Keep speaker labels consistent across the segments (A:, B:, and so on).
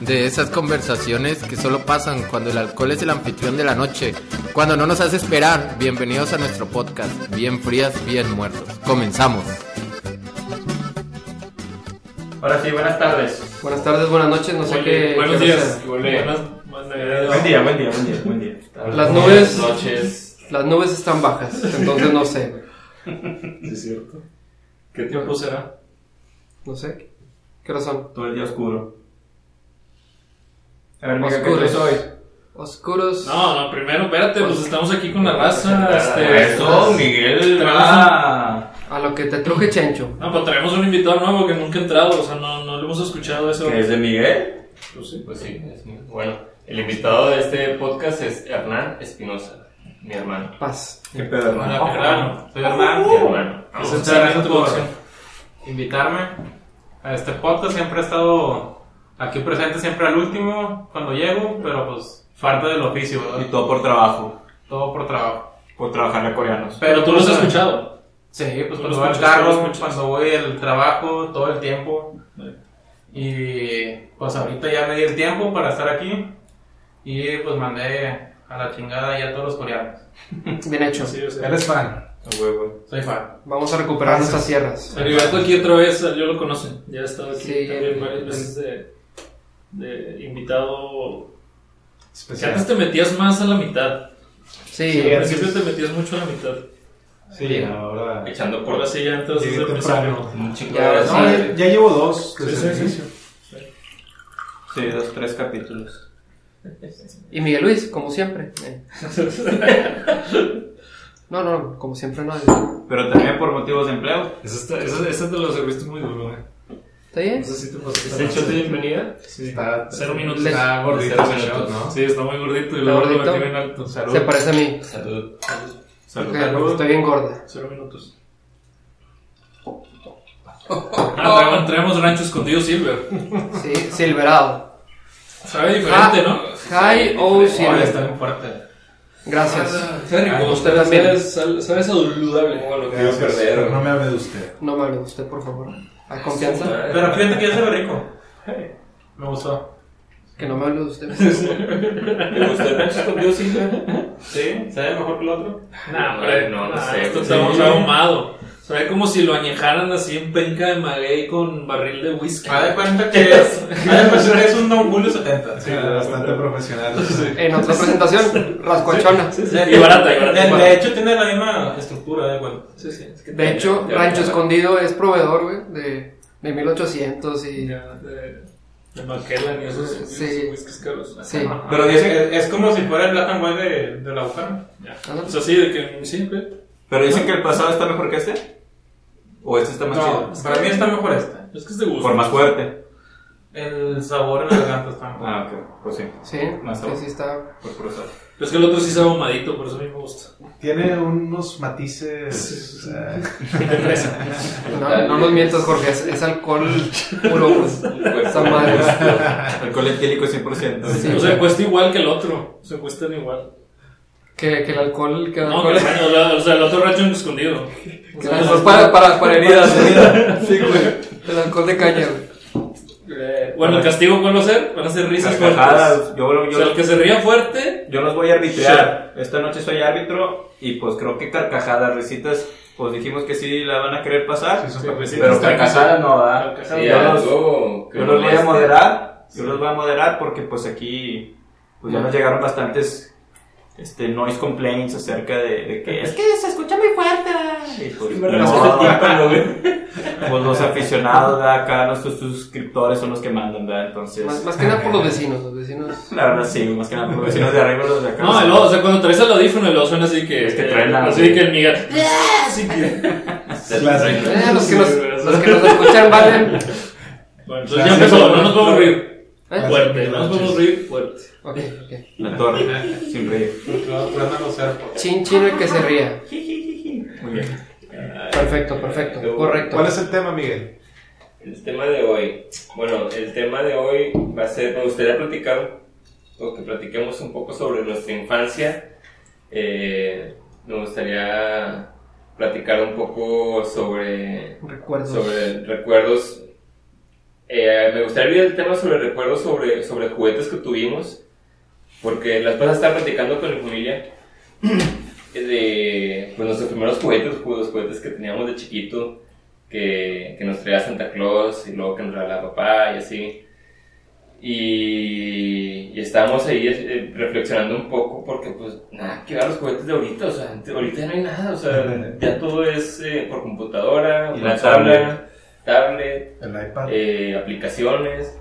A: de esas conversaciones que solo pasan cuando el alcohol es el anfitrión de la noche, cuando no nos hace esperar. Bienvenidos a nuestro podcast, bien frías, bien muertos. Comenzamos.
B: Ahora sí, buenas tardes.
C: Buenas tardes, buenas noches, no sé qué.
B: Buenos
C: qué
B: días.
C: sea.
B: Buenas,
D: Buen día, buen día, buen día, buen día.
C: Las nubes.
B: Buenas noches.
C: Las nubes están bajas, entonces no sé.
D: Sí, es cierto.
B: ¿Qué tiempo será?
C: No sé. ¿Qué razón?
D: Todo el día oscuro. A ver, Mica, ¿qué
C: Oscuro.
D: traes hoy?
C: Oscuros.
B: No, no, primero, espérate, pues estamos aquí con la
E: Ah,
B: raza. Este,
D: Pues, ah, Eso, Miguel
B: Traemos
D: va...
C: A lo que te truje Chencho.
B: No, pues traemos un invitado nuevo que nunca ha entrado, o sea, no, no lo hemos escuchado eso.
D: ¿Que es de Miguel?
B: Pues sí.
E: Pues sí, es muy bueno. El invitado de este podcast es Hernán Espinosa, mi hermano.
C: Paz.
D: ¿Qué pedo, hermano?
F: Hola, Fernando. Soy Hernán.
E: Mi hermano.
F: Pues
B: Vamos,
F: muchas gracias
B: excelente
F: por
B: producción.
F: invitarme a este podcast. Siempre he estado aquí presente, siempre al último, cuando llego, pero pues parte del oficio,
D: Y
F: ¿verdad?
D: todo por trabajo.
F: Todo por trabajo.
D: Por trabajarle a coreanos.
B: Pero tú lo has
F: pues,
B: escuchado.
F: Sí, pues
B: Tú lo
F: cuando voy al
B: escuchas, tú lo
F: carro,
B: escuchas.
F: cuando voy al trabajo, todo el tiempo.
B: Sí.
F: Y pues ahorita ya me di el tiempo para estar aquí. Y pues mandé a la chingada ya a todos los coreanos.
C: Bien hecho.
B: Sí, o sea.
F: ¿Eres fan?
D: A huevo.
F: Soy fan.
C: Vamos a recuperar nuestras sierras.
B: Rigoberto aquí otra vez, yo lo conocen. Ya he estado aquí
C: Sí,
B: también
C: el-
B: varias
C: el-
B: veces de, de invitado. Que
D: Especial.
B: antes te metías más a la mitad.
C: Sí.
B: Al principio te metías mucho a la mitad.
C: Sí.
G: Sí, ahora.
E: Echando
B: Por
E: por
B: la silla antes
G: Llegué
B: de empezar.
G: temprano.
E: un chico
C: Ya,
E: de
C: sí.
G: No, ya, ya llevo dos.
C: Pues
B: Sí,
G: desde
B: sí,
G: el
B: sí,
G: inicio.
B: sí.
D: Sí, dos, tres capítulos.
C: Y Miguel Luis, como siempre. Eh. No, no, como siempre no. ¿Está
D: Pero también por motivos de empleo.
G: Eso, está, eso, eso te lo serviste muy duro, güey.
C: bien?
G: No sé si te pasaste.
E: ¿Es el shot de bienvenida?
G: Sí.
D: Está-
G: Cero minutos.
C: Está
E: gordito
G: Cero
E: ese
G: minutos,
E: shot, ¿no?
G: Sí, está muy gordito y
C: ¿Está
G: luego lo
C: gordito?
G: mantienen alto. Salud.
C: Se parece a mí.
E: Salud.
C: Ok,
G: Salud.
C: porque estoy bien gorda.
B: Cero minutos.
G: Ah,
B: Ah, traemos, traemos rancho escondido silver.
C: Sí, Silverado. Ah, oh,
B: Sabe diferente, ¿no?
C: High O
F: Ahora
C: Silver.
F: está bien fuerte.
C: Gracias.
B: Sabe rico.
C: usted
B: sabe-
C: también.
B: Sabe sabe saludable.
G: Gracias.
E: perder.
G: No me hable de usted.
C: No me hable usted, por favor. ¿Hay confianza?
F: Pero fíjate que ya se ve rico. Me gustó.
C: Que no me hable de usted.
E: ¿Te gustó el rancho escondido, Silvia?
F: ¿Sí? ¿Sabe mejor que el otro?
B: Nah,
E: No,
B: hombre,
E: no, no
B: nah,
E: sé,
B: Esto
E: güey.
B: está muy
E: Sí.
B: pues ahumado. Sabe como si lo añejaran así en penca de maguey con barril de whisky.
F: Haz Ah, de cuenta que es, haz de cuenta que es un Don Julio 70.
G: Sí, bastante profesional.
C: En otra presentación, rascuachona.
B: Y barata, y barata.
F: De, de hecho, tiene la misma estructura, de cuenta.
B: Sí, sí, es que
C: De hecho,
E: Ya, ya,
C: Rancho
E: ya.
C: Escondido es proveedor, güey, de, de 1800 y...
B: ya de, de Macallan y esos,
C: Sí.
B: esos whiskies caros.
C: Sí.
B: Ajá.
F: Pero dicen que Ah, es como si fuera el Black and White de, de la UCAM.
B: Ya.
C: Ah,
B: O sea, sí, de que siempre.
D: ¿Pero dicen que el pasado está mejor que este? ¿O este está más
F: No,
D: chido?
F: para mí está mejor esta.
B: Es que es de gusto.
D: Por más fuerte.
F: El sabor en la garganta está mejor.
D: Ah, ok. Pues sí.
C: Sí,
D: Más
C: sí,
D: o-
C: sí está...
D: Por cruzar.
B: Es que el otro sí sabe ahumadito, por eso a mí me gusta.
G: Tiene unos matices. eh,
C: No, no nos mientas, Jorge, es, es alcohol puro, güey. Esa madre.
D: Alcohol etílico 100%.
C: Sí.
B: O sea, cuesta igual que el otro. Se cuestan igual.
C: Que, que el alcohol... Que el
B: No, que,
C: alcohol,
B: o sea, o sea, el otro rancho escondido. O
C: que el
B: sea,
C: alcohol para, para, para heridas, güey. Sí, güey. El alcohol de caña, güey.
B: eh, bueno, el castigo, ¿cuál va a ser? Van a ser risas fuertes.
D: Carcajadas. Yo,
B: O
D: yo,
B: sea, el que se ría fuerte.
D: Yo los voy a arbitrar. Esta noche soy árbitro y pues creo que carcajadas, risitas, pues dijimos que sí la van a querer pasar.
G: sí, son papecitos.
D: pero carcajadas no,
C: Ah,
D: ¿verdad?
B: Carcajadas.
E: Sí,
D: Yo
E: ya,
D: los,
E: luego, que
D: yo los voy a
E: moleste.
D: moderar. Yo los voy a moderar porque pues aquí pues ya nos llegaron bastantes este noise complaints acerca de, de que es que se escucha muy fuerte. Y, pues,
E: Me
D: no,
E: rasqué el tímpano, güey.
D: pues, los aficionados, ¿verdad? acá nuestros suscriptores son los que mandan, ¿verdad? Entonces,
C: Más, más que nada por los vecinos, los vecinos...
D: la verdad sí, más que nada, los vecinos de arriba los de acá.
B: No, el, o sea, cuando traes el audífono, el suena así que.
D: Es que truena,
B: Así
D: güey.
B: que el migal. Así que.
G: Clásico.
C: Eh, los, que nos,
B: Sí, güey,
C: los que nos escuchan valen...
B: Bueno, entonces ya empezó, no nos vamos a reír.
C: ¿Eh?
B: Fuerte, no nos vamos a reír fuerte.
C: Ok, ok.
D: La torre, sin reír.
F: Claro, curando los cuerpos.
C: Chin, chin el que se ría.
D: Muy bien.
C: Perfecto, perfecto, correcto.
G: ¿Cuál es el tema, Miguel?
E: El tema de hoy. Bueno, el tema de hoy va a ser. Me gustaría platicar o que platiquemos un poco sobre nuestra infancia. Eh, me gustaría platicar un poco sobre
C: Recuerdos.
E: sobre recuerdos eh, me gustaría abrir el tema sobre recuerdos sobre, sobre juguetes que tuvimos, porque las cosas estaba platicando con mi familia de pues, nuestros primeros juguetes, ju- los juguetes que teníamos de chiquito, que, que nos traía Santa Claus y luego que nos regalaba papá y así. Y, y estábamos ahí eh, reflexionando un poco porque pues nada, que va los juguetes de ahorita, o sea, de ahorita ya no hay nada, o sea, ya todo es eh, por computadora,
F: Y
E: una
F: la
E: tabla, tablet
G: El iPad.
E: eh, aplicaciones,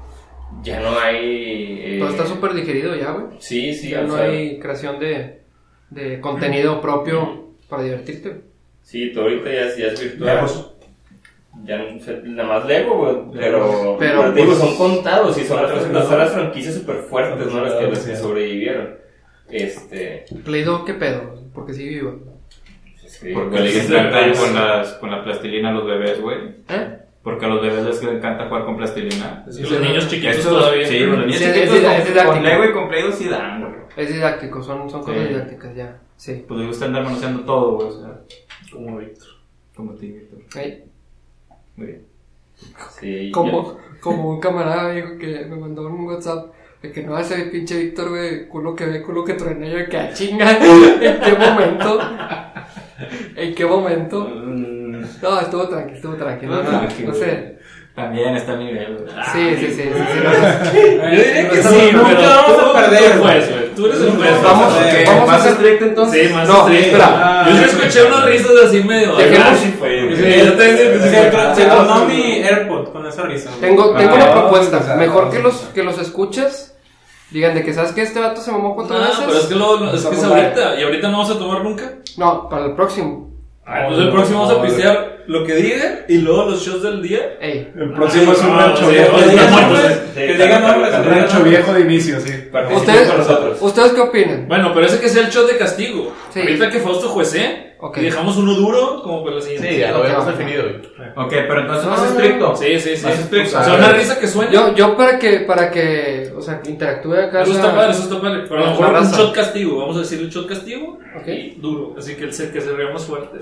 E: ya no hay... eh,
C: Todo está súper digerido ya, güey.
E: Sí, sí,
C: ya
E: o
C: no
E: sea,
C: hay creación de, de contenido propio para divertirte. güey.
E: Sí, todo ahorita ya, es- ya es virtual.
G: Legos.
E: Ya no sé, nada más Lego, güey, pero,
C: Pero,
E: pero te digo,
C: pues,
E: son contados y son las, las,
F: no.
E: son las franquicias súper fuertes, ¿no? Las que, las que
G: Sí.
E: sobrevivieron. Este... pues,
C: Play Doh, ¿qué pedo? Porque sí vivo.
E: sí,
D: Porque
E: güey,
D: les
E: es
D: encanta ir
E: verdad,
D: con, las, con la plastilina a los bebés, güey.
C: ¿Eh?
D: Porque a los bebés les encanta jugar con plastilina.
B: Y los niños chiquitos
D: Estos-
B: todavía.
D: Sí, los niños
C: Sí, es
D: chiquitos
C: dida-
D: con-
C: es didáctico.
D: con Lego y con Play-Doh sí dan, güey.
C: Es didáctico, son, son cosas
D: Sí.
C: didácticas ya. Sí.
D: Pues les gusta andar manoseando todo, güey, o sea,
B: Como Víctor.
D: como tibito.
C: Ahí.
D: Muy bien.
E: sí, yo-
C: Como, como un camarada viejo que me mandó un WhatsApp. De que no hace pinche Víctor, güey, culo que ve, culo que truena, y yo que "Ah, chinga, ¿en qué momento? ¿En qué momento?
D: Mm,
C: No, estuvo tranqui, estuvo tranqui, no, no,
D: tranqui,
C: no
D: güey.
C: sé.
D: También está a nivel, güey.
B: Ah.
C: Sí, sí, sí, sí, sí, no,
G: Ah,
C: no.
B: Yo diría que
G: Pero
B: sí,
G: nunca
B: pero
G: vamos a
B: tú-
G: perder,
B: Tú eres el juez, güey. Tú eres el juez.
C: Vamos,
G: a ver,
C: vamos a
G: más
C: ser directo entonces.
B: Sí, más
C: no,
B: estricto.
C: espera.
B: Yo sí escuché unas risas así medio.
C: Dejemos-
B: Ah,
E: sí fue,
B: Sí, yo te decía que sí.
F: Se, tro-
D: Ah,
F: se tronó mi AirPod con esa risa. güey.
C: Tengo, tengo
G: Ah,
C: una
G: vamos a
C: propuesta.
G: empezar,
C: Mejor
G: vamos a
C: que los,
G: empezar.
C: que los escuches digan de que sabes que este vato se mamó cuatro
B: No,
C: veces.
B: Ah, pero es que, lo, lo- es que es ahorita. ¿Y ahorita no vamos a tomar nunca?
C: No, para el próximo.
B: Ah, Entonces el próximo vamos a pistear lo que diga y luego los shows del día.
C: Ey.
G: El próximo es un
B: no,
G: rancho
B: sí,
G: viejo.
B: sí, sí, sí,
F: Que digan
G: de inicio.
E: sí, sí, sí,
F: nombres.
E: sí,
F: que
E: sí,
F: digan
G: rancho
F: nombres.
G: viejo de inicio, sí.
E: Participen
C: ¿Ustedes,
E: con nosotros.
C: ¿Ustedes qué opinan?
B: Bueno, pero ese que sea el show de castigo.
C: Sí.
B: Ahorita que Fausto juecé
C: Ok.
B: y dejamos uno duro, como para la siguiente.
H: Sí, ya lo
C: ok,
H: habíamos
C: vamos.
H: definido, güey.
D: Ok, pero entonces más
C: Ah.
D: estricto.
B: Sí, sí, sí.
D: Más estricto.
B: O sea, una risa que sueña.
C: Yo, yo para que, para que, o sea, que interactúe acá.
B: Eso
C: la-
B: está padre, eso está padre. Pero a lo
C: la
B: mejor un
C: raza.
B: shot castigo. Vamos a decirle shot castigo
C: Ok.
B: y duro. Así que el se- que se ría más fuerte.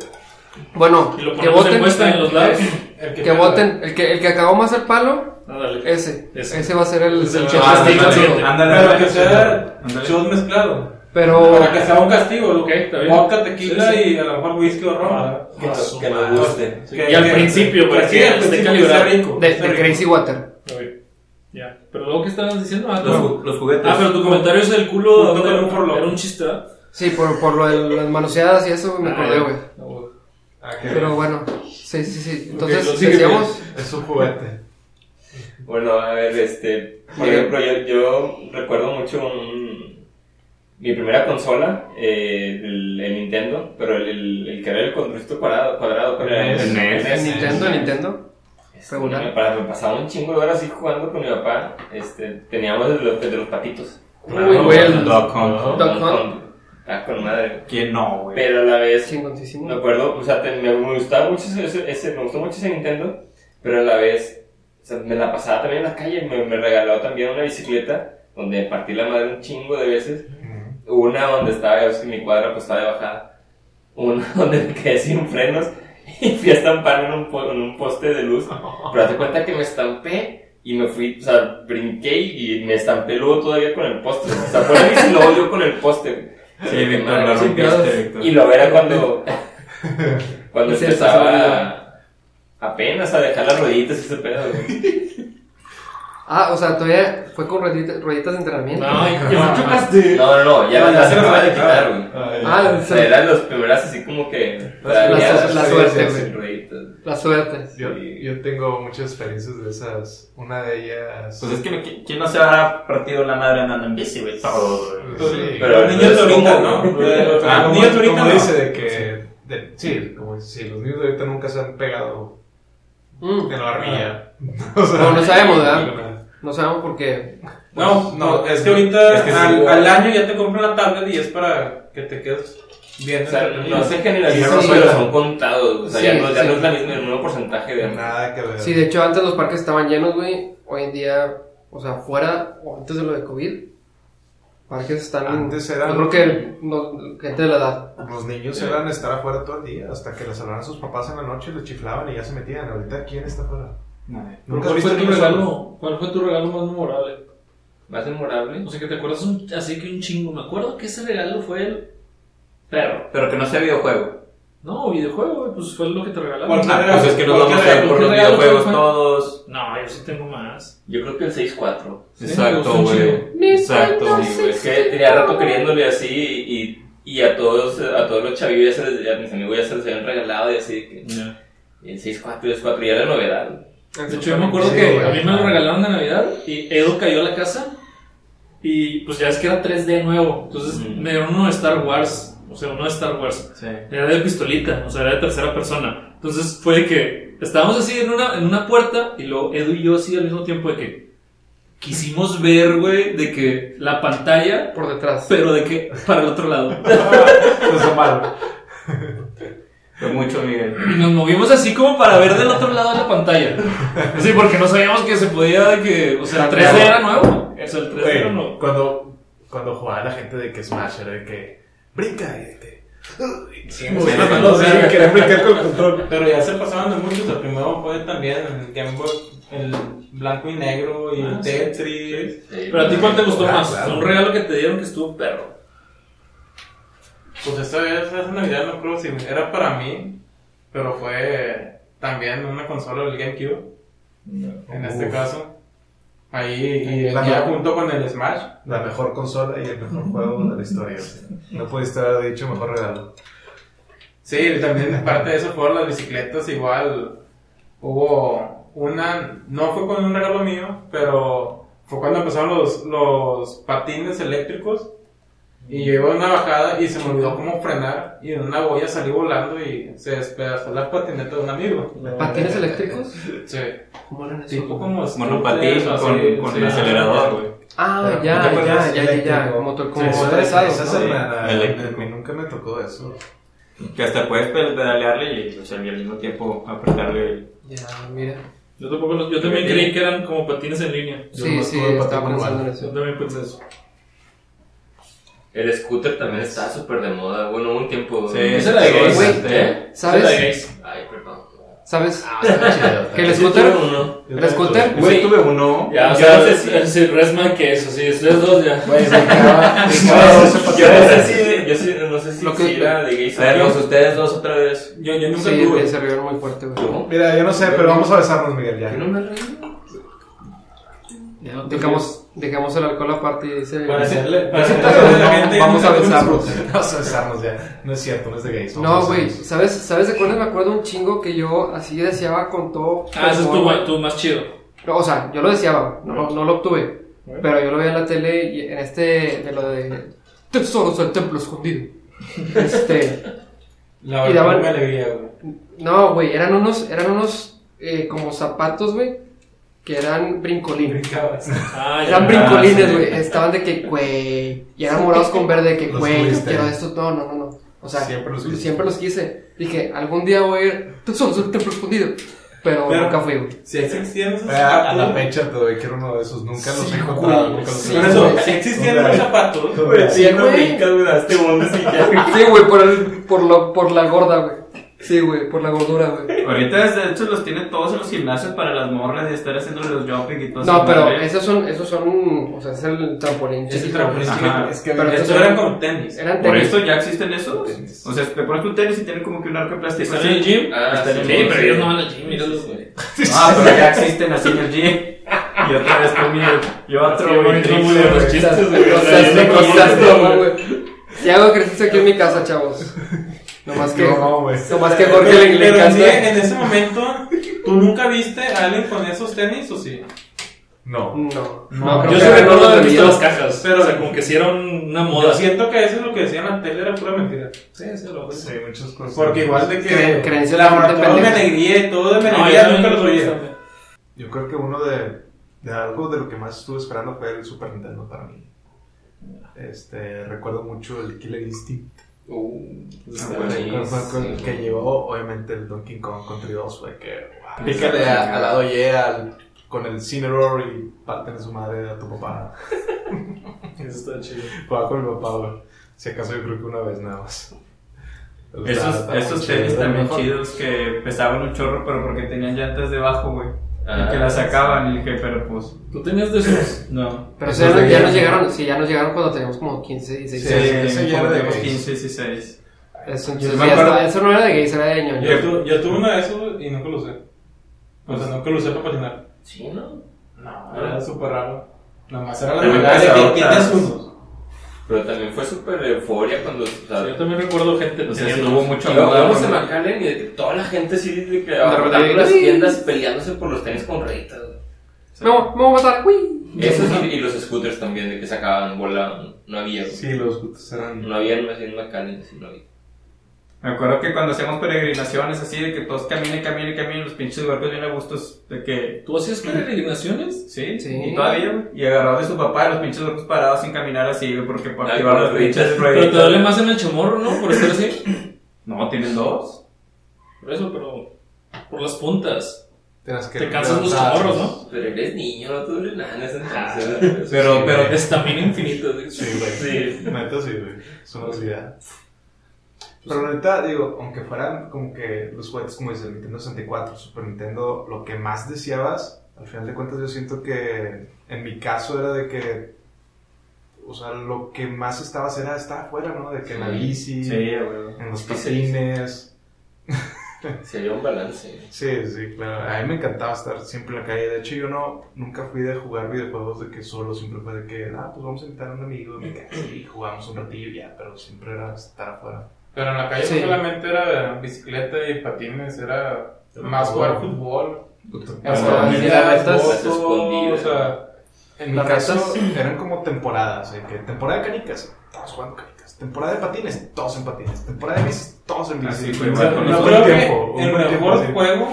C: Bueno,
B: Y lo
C: que
B: ponemos en
C: voten.
B: encuesta en los lados.
F: El
C: Que voten. El que, el que acabó más el palo,
B: Ah, dale.
C: ese.
B: Ese.
C: Ese, va a ser el,
B: Ese
C: el
B: va-
C: chef
B: Ah,
C: castigo.
B: sí,
C: chido.
B: sí.
D: Ándale,
F: Pero que
D: ándale.
F: sea
D: Ándale.
F: shot mezclado.
C: Pero,
F: Para que sea un castigo.
B: Ok, está bien.
F: Vodka, tequila
B: Sí, sí.
F: y a lo mejor whisky o ron.
E: Que nos- que nos guste.
F: Que-
B: Y al
F: que-
B: principio, para
F: sí,
B: que
F: al
B: esté
F: principio
B: calibrado.
F: sea rico,
C: de,
F: sea
C: de
F: rico.
C: Crazy Water.
B: A ver. Ya. Pero luego, ¿qué estabas diciendo? Ah,
D: Los,
B: no.
D: ju- los juguetes.
B: Ah, pero tu comentario es el culo.
F: Junto con un forlo.
B: Era un chiste. ¿verdad?
C: Sí, por, por lo de las manoseadas y eso, güey, me
B: Ah,
C: acordé,
B: ya.
C: güey.
B: No, güey.
C: Pero bueno, sí, sí, sí.
B: Ok, lo
C: Entonces,
B: sigue
C: decíamos.
G: Es un juguete.
E: Bueno, a ver, este. Por ejemplo, yo, yo recuerdo mucho un- mi primera consola, eh, el, el Nintendo, pero el, el, el que era el conducto cuadrado, cuadrado con el, E
D: NES.
B: pues.
C: El Nintendo, el Nintendo.
E: Este,
C: regular.
E: me, pa- me pasaba un chingo de horas así jugando con mi papá. Este, teníamos el de los, el de los patitos.
D: Ah,
C: Uy, güey, el
D: Dog Hunt.
C: Duck Hunt.
E: Ah, con madre.
D: ¿Quién no, güey?
E: Pero a la vez
C: chingoncísimo.
E: Me acuerdo, o sea, te- me, me gustaba mucho ese, ese- ese- me gustó mucho ese Nintendo, pero a la vez, o sea, me la pasaba también en la calle, me, me regaló también una bicicleta, donde me partí la madre un chingo de veces, una donde estaba, ya ves que mi cuadra pues estaba de bajada, una donde me quedé sin frenos y fui a estamparme en un, po- en un poste de luz, pero date cuenta que me estampé y me fui, o sea, brinqué y, y me estampé luego todavía con el poste, o sea, fue la bici y luego yo con el poste.
D: Sí, Víctor, la
E: Madre,
D: rompiste, Víctor.
E: y lo era cuando, cuando
C: Y se
E: empezaba apenas a dejar las rueditas y ese pedo. güey.
C: Ah, o sea, todavía fue con ruedita- rueditas de entrenamiento.
B: No, hijo, no, no.
E: No, no, no, ya,
G: No,
E: ya
G: ya
E: se
G: se
E: me
G: lo
E: acaba de
G: acaba.
E: quitar, güey.
C: ah,
E: O
C: sí,
E: sea, eran las primeras así como que...
C: la,
E: traviadas,
C: su- la
G: sí,
C: suerte,
G: sí,
C: güey.
E: sin rueditas.
C: La suerte.
G: eh, Yo,
E: Sí.
G: yo tengo muchas experiencias de esas. Una de ellas.
D: Pues es que me- ¿quién no se habrá partido la madre andando en bici, güey? Todo, güey.
G: pues, Sí.
E: Pero
F: Los niños
E: es
F: de ahorita,
E: como-
F: ¿no?
G: Ah,
F: Los
G: como-
F: niños de ahorita
G: como
F: no.
G: dice de que. de- sí, como dice, sí, los niños de ahorita nunca se han pegado
C: Mm,
G: en la barbilla. O sea,
C: No, no sabemos, ¿verdad? no sabemos por qué.
F: No, no, es que ahorita
D: Es que sí,
F: al,
D: güey.
F: al año ya te compran la tablet y es para que te quedes bien.
E: O sea, no se generalizan,
C: Sí,
E: pero
C: sí.
E: son contados. O sea,
C: Sí,
E: ya, no, ya
C: sí.
E: no es la misma, el mismo porcentaje de...
G: Nada que ver.
C: Sí, de hecho, antes los parques estaban llenos, güey. Hoy en día, o sea, fuera o antes de lo de COVID, parques están.
G: Antes eran-
C: Yo creo que no, gente de la edad.
G: Los niños eran estar afuera todo el día hasta que les hablaban sus papás en la noche, les chiflaban y ya se metían. Ahorita, ¿quién está afuera?
D: Nadie.
G: Nunca
B: ¿Cuál
G: has visto
B: fue tu
G: ni solo.
B: regalo? ¿Cuál fue tu regalo más memorable?
E: ¿Más
B: O
E: memorable?
B: sea, que te acuerdas un- así que un chingo. Me acuerdo que ese regalo fue el perro.
E: Pero que no sea videojuego.
B: No, videojuego, güey, pues fue lo que te regalaron.
F: ¿Cuál fue?
D: Ah, pues es que nos
F: ¿Por qué
D: vamos a
F: regalo?
D: ir por los
F: ¿Qué regalo
D: videojuegos
F: fue?
D: todos.
B: No, yo sí tengo más.
E: Yo creo que el 6-4.
B: Sí, me
D: Exacto,
B: gustó un
D: güey. Exacto.
E: Sí, güey, es que tenía rato queriéndole así y, y a todos a todos los chavillos, ya se les- a mis amigos ya se les habían regalado y así que... Y el 6-4 y el 4 ya era novedad.
B: De hecho, yo me acuerdo
G: Sí,
B: que
G: güey.
B: a mí me lo regalaron de Navidad y Edo cayó a la casa y pues ya es que era 3D nuevo. Entonces
E: Mm.
B: me dieron uno de Star Wars, o sea, uno de Star Wars.
D: Sí.
B: Era de pistolita, o sea, era de tercera persona. Entonces fue de que estábamos así en una, en una puerta y luego Edu y yo así al mismo tiempo de que quisimos ver, güey, de que la pantalla,
C: Por detrás.
B: pero de que para el otro lado.
G: Eso es Pues, malo.
D: Fue mucho, Miguel.
B: Y nos movimos así como para ver del otro lado de la pantalla. Sí, porque no sabíamos que se podía, de que, o sea, el 3D era nuevo. O sea, el 3D era
G: Güey,
B: nuevo.
G: cuando, cuando jugaba la gente de que Smash era de que brinca y de que. "Uy", Sí,
F: sí,
G: moviendo
F: sí.
G: las manos, sí, quería brincar con el control.
F: Pero ya se pasaban de muchos. El primero fue también el Game Boy, el blanco y negro y
B: Ah,
F: el
B: sí.
F: Tetris.
B: Pero a ti, ¿cuál te gustó
G: Ah,
B: más?
G: claro.
B: Un regalo que te dieron que estuvo perro.
F: Pues esta vez, esa Navidad no creo si era para mí, pero fue también una consola del GameCube, en este
G: Uf.
F: caso. Ahí, y
G: La
F: ya
G: mejor.
F: junto con el Smash.
G: La mejor consola y el mejor juego de la historia. o sea, No pudiste haber dicho mejor regalo.
F: Sí, también parte de eso fueron las bicicletas, igual hubo una, no fue con un regalo mío, pero fue cuando empezaron los, los patines eléctricos. Y yo iba a una bajada y se me olvidó cómo frenar y en una boya salí volando y se despedazó la patineta de un amigo.
C: ¿Patines eléctricos?
F: Sí.
C: ¿Cómo eran esos?
F: Tipo como
D: Monopatín
F: scooters,
D: con,
F: así,
D: con
F: sí,
D: el
F: ah,
D: acelerador, güey.
C: Ah,
G: Pero, ¿no
C: ya,
G: te acuerdas?
C: ya, ya, ya, ya.
G: Eléctrico.
C: Motor, como
G: Sí,
C: motor
G: esa-
C: alzado,
G: esa
C: ¿no?
G: es la-
D: Eléctrico.
G: A mí nunca me tocó eso.
D: Que hasta puedes pedalearle y, o sea, y al mismo tiempo apretarle el.
C: Ya, mira.
B: Yo tampoco los- yo también
D: Sí.
B: creí que eran como patines en línea.
G: Yo
C: sí,
G: no
C: sí,
G: estuve
C: estaba
G: patín
C: pensando en
G: manual.
B: Yo
C: eso.
B: también pensé eso.
E: El scooter también está súper de moda. Bueno, hubo un tiempo.
D: Sí.
E: Ese-
B: Esa era de
D: Sí,
B: gays.
D: güey.
B: ¿eh? Esa era de
C: ¿Sabes?
B: gays.
E: Ay, perdón.
C: ¿Sabes?
G: Ah, chido.
C: Que el
E: Yo
C: scooter.
E: tuve uno.
G: Yo
C: ¿El
G: también
C: scooter?
G: tuve.
D: Yo sí tuve uno.
B: Ya, o
E: Yo
B: sea,
E: no sé
B: es,
E: si-
B: es el Resma que eso, sí, ustedes dos ya.
G: Güey, brincaba- brincaba ese
E: Yo
G: patín.
E: no sé si, yo sí- no sé si,
C: Lo que-
E: si era de gays.
D: A ver,
E: Yo-
D: los ustedes dos otra vez.
B: Yo, yo nunca
C: Sí,
B: tuve.
C: se rieron muy fuerte, güey.
E: ¿Cómo?
G: Mira, yo no sé, pero vamos a besarnos, Miguel,
E: Yo
G: ya.
E: no me reí.
B: Ya no te
C: Dejamos, dejamos el alcohol aparte y dice.
F: Parecerle- parecerle a la gente
G: No, Vamos a
F: un-
G: besarnos. Vamos a besarnos ya. No es cierto, no es de gays. vamos a
C: No, güey,
G: besarnos.
C: ¿sabes, ¿sabes de cuáles me acuerdo un chingo que yo así deseaba con todo?
B: Ah, ese es
C: fervor,
B: tu,
C: güey?
B: ma- tu más chido.
C: No, o sea, yo lo deseaba, no, lo- no lo obtuve. Pero yo lo veía en la tele y en este, de lo de tesoros del templo escondido. Este,
F: La
C: Y daban-
F: verdad, me alegría, güey.
C: no, güey, eran unos, eran unos eh, como zapatos, güey, que eran brincolines.
F: Brincabas.
B: Ah,
C: Eran
B: ya.
C: brincolines,
D: sí.
C: güey, estaban de que, güey, y eran morados con verde, de que,
G: Los
C: güey, yo
G: tuviste.
C: quiero esto, no, no, no, no. O sea,
G: Siempre los quise.
C: siempre los quise. Dije, algún día voy a ir tesoros del templo escondido, pero,
F: Pero-
C: nunca fui, güey.
F: Si existían esos
G: Ah, A la
F: zapatos.
G: fecha todavía quiero uno de esos. Nunca los
C: Sí,
G: he encontrado.
C: güey,
G: nunca los he
C: sí,
F: Por
G: encontrado.
F: eso, si existían esos zapatos.
G: Güey,
C: Sí,
E: Yo no
C: güey.
E: brincas, güey, a este mundo sí ya.
C: Sí, güey, por, el, por, lo, por la gorda, güey. Sí, güey, por la gordura, güey.
D: Ahorita de hecho los tienen todos en los gimnasios para las morras y estar haciendo los jumping y todo
C: No,
D: eso,
C: pero
D: ¿eh?
C: esos son, esos son, o sea, es el trampolín.
F: Ese
C: chiquito,
F: trampolín
C: güey.
D: Ajá.
F: chiquito. Es que
C: Pero
F: de hecho
C: estos
F: eran
C: eran-
F: con tenis.
C: Eran
D: ¿Por
C: tenis.
D: eso ya existen esos? O sea, te pones un tenis y tienen como que un arco de plástico.
B: ¿Están en el gym?
E: Ah,
D: Están
E: sí,
D: en
B: Sí,
D: el
B: pero
D: gym.
B: ellos no van al gym, míralos, güey.
D: Ah, pero ya existen así en el gym. Y otra vez conmigo. Y otro,
B: Qué
D: güey.
B: bonito, muy buenos
C: O sea,
B: chistes, güey.
C: o
B: O
C: sea,
B: sea,
C: es de
B: yo-
C: cosas, no, güey. Si hago ejercicio aquí en mi casa, chavos. Nomás que,
G: No, güey.
C: nomás que a Jorge le, le
F: Pero en sí,
C: encanta.
F: en ese momento, ¿tú nunca viste a alguien con esos tenis o sí?
G: No.
C: No,
G: No,
C: no, creo
B: Yo
C: que
B: sí
C: no
B: recuerdo
C: lo
B: haber visto
C: debía.
B: las cajas,
F: Pero-
B: pero o sea, como que sí era una
F: Yo
B: moda.
F: siento que eso es lo que decían en la tele, era pura mentira.
B: Sí, sí, lo
G: Sí, muchas cosas. Pues,
F: Porque igual de
C: Cre-
F: que.
C: creencia de la
F: la
C: gente
F: todo me
C: pendeja.
F: alegría y todo de
B: No,
F: alegría,
B: yo
F: nunca
B: nunca
F: los
B: lo
F: veía.
B: vi.
G: Yo creo que uno de, de algo de lo que más estuve esperando fue el Super Nintendo para mí. Este, recuerdo mucho el Killer Instinct.
E: Uh,
G: Ah,
E: está
G: pues,
E: buenísimo.
G: con- con- con- que llevó obviamente el Donkey Kong Country 2, fue que wow,
D: Pícale
G: pícale
D: a-
G: a, a la doye al- con el Cineroar y parten su madre a tu papá.
B: Eso está chido.
G: Jugaba con mi papá, güey. Si acaso yo creo que una vez nada más. Pero estaba-
D: Esos,
G: estaba muy
D: esos
G: chido,
D: tenis
G: era
D: también
G: mejor.
D: chidos que pesaban un chorro, pero porque tenían llantas debajo, güey.
E: Ah,
D: que la sacaban y dije, pero pues,
B: ¿Tú tenías de esos?
D: no.
C: Pero
G: Pues
C: sí, ya,
G: desde
C: ya
G: que-
C: nos llegaron, sí, ya nos llegaron cuando teníamos como 15, 16
G: Sí.
D: Eh,
C: años.
G: ese ya era
D: cuando
G: de
D: teníamos
G: gays.
D: 15, 16.
C: Eso,
D: Yo
C: entonces,
D: me
C: ya
D: acuerdo-
C: está- eso no era de gays, era de ñoño.
F: Yo, tu- yo tuve una de esos güey, y nunca lo usé. O sea, nunca lo usé para patinar.
E: Sí, ¿no?
F: No, era súper raro. Nada más era la
E: Pero
F: verdad
E: esa
F: de que
E: otra.
F: tienes unos.
E: Pero también fue súper euforia cuando. o sea,
B: Yo también recuerdo gente.
D: O sea,
B: teniendo
D: sí hubo
B: unos.
D: mucho
E: Y
D: amor,
E: vamos a
D: güey.
E: McAllen y de que toda la gente sí de que
C: repente,
E: abandonando las
C: ¡uy!
E: tiendas peleándose por los tenis con reitas. güey.
C: Me, voy- me voy a matar, uy.
E: Eso sí, y los scooters también, de que sacaban bola. No había, güey.
G: Sí, los putos eran.
E: No había más en McAllen, sí, no había.
D: Me acuerdo que cuando hacíamos peregrinaciones así, de que todos caminen, caminen, caminen, los pinches barcos bien a gustos, de que
B: ¿Tú hacías peregrinaciones?
D: Sí,
C: Sí.
D: y todavía, güey. Y agarrado de su papá, los pinches locos parados sin caminar así, güey, porque para
E: Ay,
D: activar
E: por
D: los
E: las
D: pinches
E: pinches
B: Pero te
D: rueditas.
B: duele más en el chamorro, ¿no? Por estar así.
D: No, tienen dos.
B: Por eso, pero. Por las puntas.
G: Tenías que
B: Te cansan los
G: levantar.
B: chamorros, ¿no?
E: Pero eres niño, no te duele nada en ese entonces. güey.
D: Pero,
G: Sí,
D: pero,
G: güey.
B: Estamina infinita. güey.
G: Sí, güey.
B: Sí.
G: Neta, sí, güey. Es una habilidad. Pero la neta, digo, aunque fueran como que los juguetes como dice el Nintendo 64, Super Nintendo, lo que más deseabas, al final de cuentas yo siento que en mi caso era de que, o sea, lo que más estabas era estar afuera, ¿no? De que en la
E: Sí.
G: bici,
D: sí, güey.
G: en los
E: Sí, sí.
G: patines.
E: Sería un balance. güey.
G: Sí, sí, claro. A mí me encantaba estar siempre en la calle. De hecho, yo no, nunca fui de jugar videojuegos de que solo, siempre fue de que, ah, pues vamos a invitar a un amigo de mi casa y jugamos un ratillo y ya, pero siempre era estar afuera.
F: Pero en la calle
C: Sí.
F: no solamente era bicicleta y patines, era más jugar fútbol.
C: Las
F: Hasta
C: carreras
F: ir
C: y las
F: al
C: retas.
F: bozo,
E: Escondidas.
F: O sea,
G: En mi
C: Las
G: caso,
C: retas.
G: eran como temporadas, de que temporada de canicas, todos jugando canicas. Temporada de patines, todos en patines. Temporada de bicis, todos en bicis.
D: Así fue,
G: un
F: o sea,
D: con
G: buen
F: yo creo que
G: tiempo, un
F: el
G: buen tiempo,
F: mejor
G: sí.
F: juego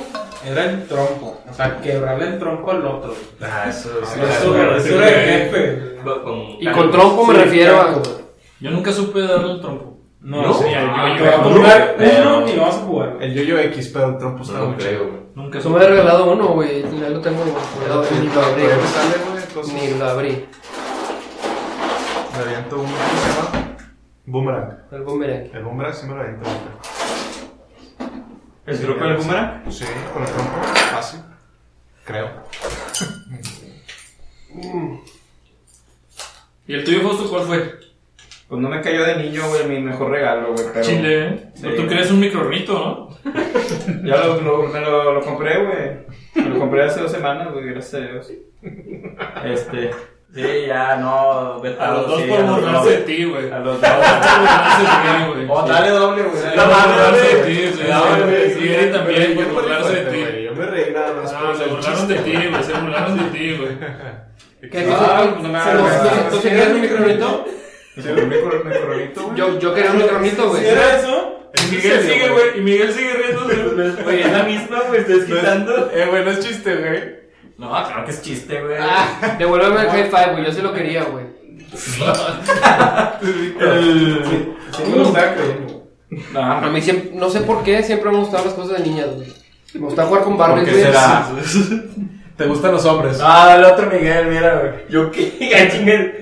F: era el tronco. O sea, quebrarle el tronco al otro.
G: Ah, eso sí.
F: eso,
D: claro,
F: eso
D: sí,
F: era
D: güey.
F: el jefe.
E: Con-
C: Y con trompo me
F: Sí,
C: refiero a.
F: claro.
B: Yo nunca supe darle el trompo.
F: No,
G: No,
F: sí,
G: no,
F: yo-
G: no,
F: yo-
G: no,
F: vamos a jugar
E: pero-
F: uno y vamos a jugar.
G: El yo-yo X, pero el trompo
E: No,
G: estaba
E: no
G: muy chido.
E: creo, güey.
B: Nunca
C: Eso me
B: supe.
C: he regalado uno, güey. Ya lo tengo. guardado,
G: Sí,
C: Ni lo abrí.
G: todavía me pues, sale, güey, entonces-
C: Ni lo abrí.
G: Me aviento un. ¿Cómo se llama? Boomerang.
C: El boomerang.
G: El boomerang sí me lo aviento. ahorita.
D: ¿El truco del boomerang?
G: Sí, con el trompo. Fácil. Creo.
B: ¿Y el tuyo, Fausto, cuál fue?
D: Pues no me cayó de niño, güey, mi mejor regalo, güey, pero...
B: Chile. ¿eh?
D: Sí,
B: Pero tú
D: güey.
B: crees un microornito, ¿no?
D: Ya lo, lo- me lo, lo compré, güey. Me lo compré hace dos semanas, güey, gracias a Dios. Este... Sí, ya, no,
B: A
D: vetado,
B: los dos
D: sí,
B: por
D: a los
B: burlarse de
D: dos.
B: ti, güey.
D: A
B: A los dos
D: los dos.
B: por burlarse de ti, Oh, güey.
D: O dale doble, güey. dale
B: Por
D: doble.
B: burlarse de ti, sí,
D: Dale,
B: sí,
D: güey,
B: sí, Eri también, por
G: Yo me di
B: burlarse de
G: cuenta,
B: ti.
G: güey, Yo me reí nada más.
B: No,
G: por
B: se
G: el
B: burlaron de
G: chiste,
B: ti, güey, se burlaron de ti, güey.
C: ¿Qué
D: Ah, no
C: dices? ¿Se
D: me
C: los-
D: hagas.
C: ¿Tú tenías el microornito?
G: Sí, el micro- microornito, güey.
C: Yo, yo quería un microornito, güey.
F: Si era eso,
B: Y Miguel sigue, güey, y Miguel sigue riéndose.
E: Güey, es la misma, güey, estás quitando.
F: eh, güey, no es chiste, güey.
D: No, claro que es chiste, güey.
C: Ah, devuélveme el high five, güey. Yo sí lo quería, güey.
D: El-
F: Sí, me gustaba que-
D: No,
C: A mí siempre, no sé por qué, siempre me han gustado las cosas de niñas, güey. Me gusta jugar con Barbies,
D: porque
C: güey.
D: será.
F: Te gustan los hombres.
D: Ah, el otro Miguel, mira, güey.
E: Yo qué, a chingar.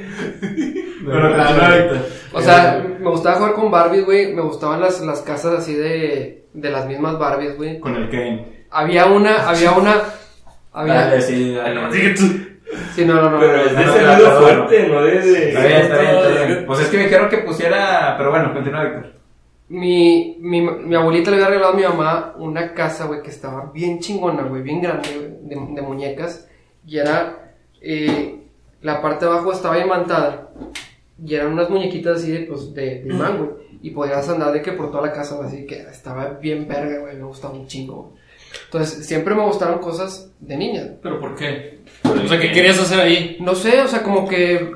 D: Pero claro, ahorita.
C: O sea, me gustaba jugar con Barbies, güey. Me gustaban las, las casas así de, de las mismas Barbies, güey.
D: Con el Kane.
C: Había una, había una.
D: Dale,
C: Había.
D: sí, dale.
E: Sigue tú.
C: Sí, no, no, no.
E: Pero es de
D: no, no,
E: sonido
D: no, no.
E: fuerte, no de. de-
D: Está bien, está bien, está bien. Pues es que me dijeron que pusiera. Pero bueno, continúa, Víctor.
C: Mi, mi, mi abuelita le había regalado a mi mamá una casa, güey, que estaba bien chingona, güey, bien grande, güey, de, de muñecas. Y era, eh, la parte de abajo estaba imantada. Y eran unas muñequitas así de, pues, de, de imán, güey. Y podías andar de que por toda la casa, güey, así que estaba bien verga, güey, me gustaba un chingo, güey. Entonces, siempre me gustaron cosas de niña.
B: ¿Pero por qué? O sea, ¿qué querías hacer ahí?
C: No sé, o sea, como que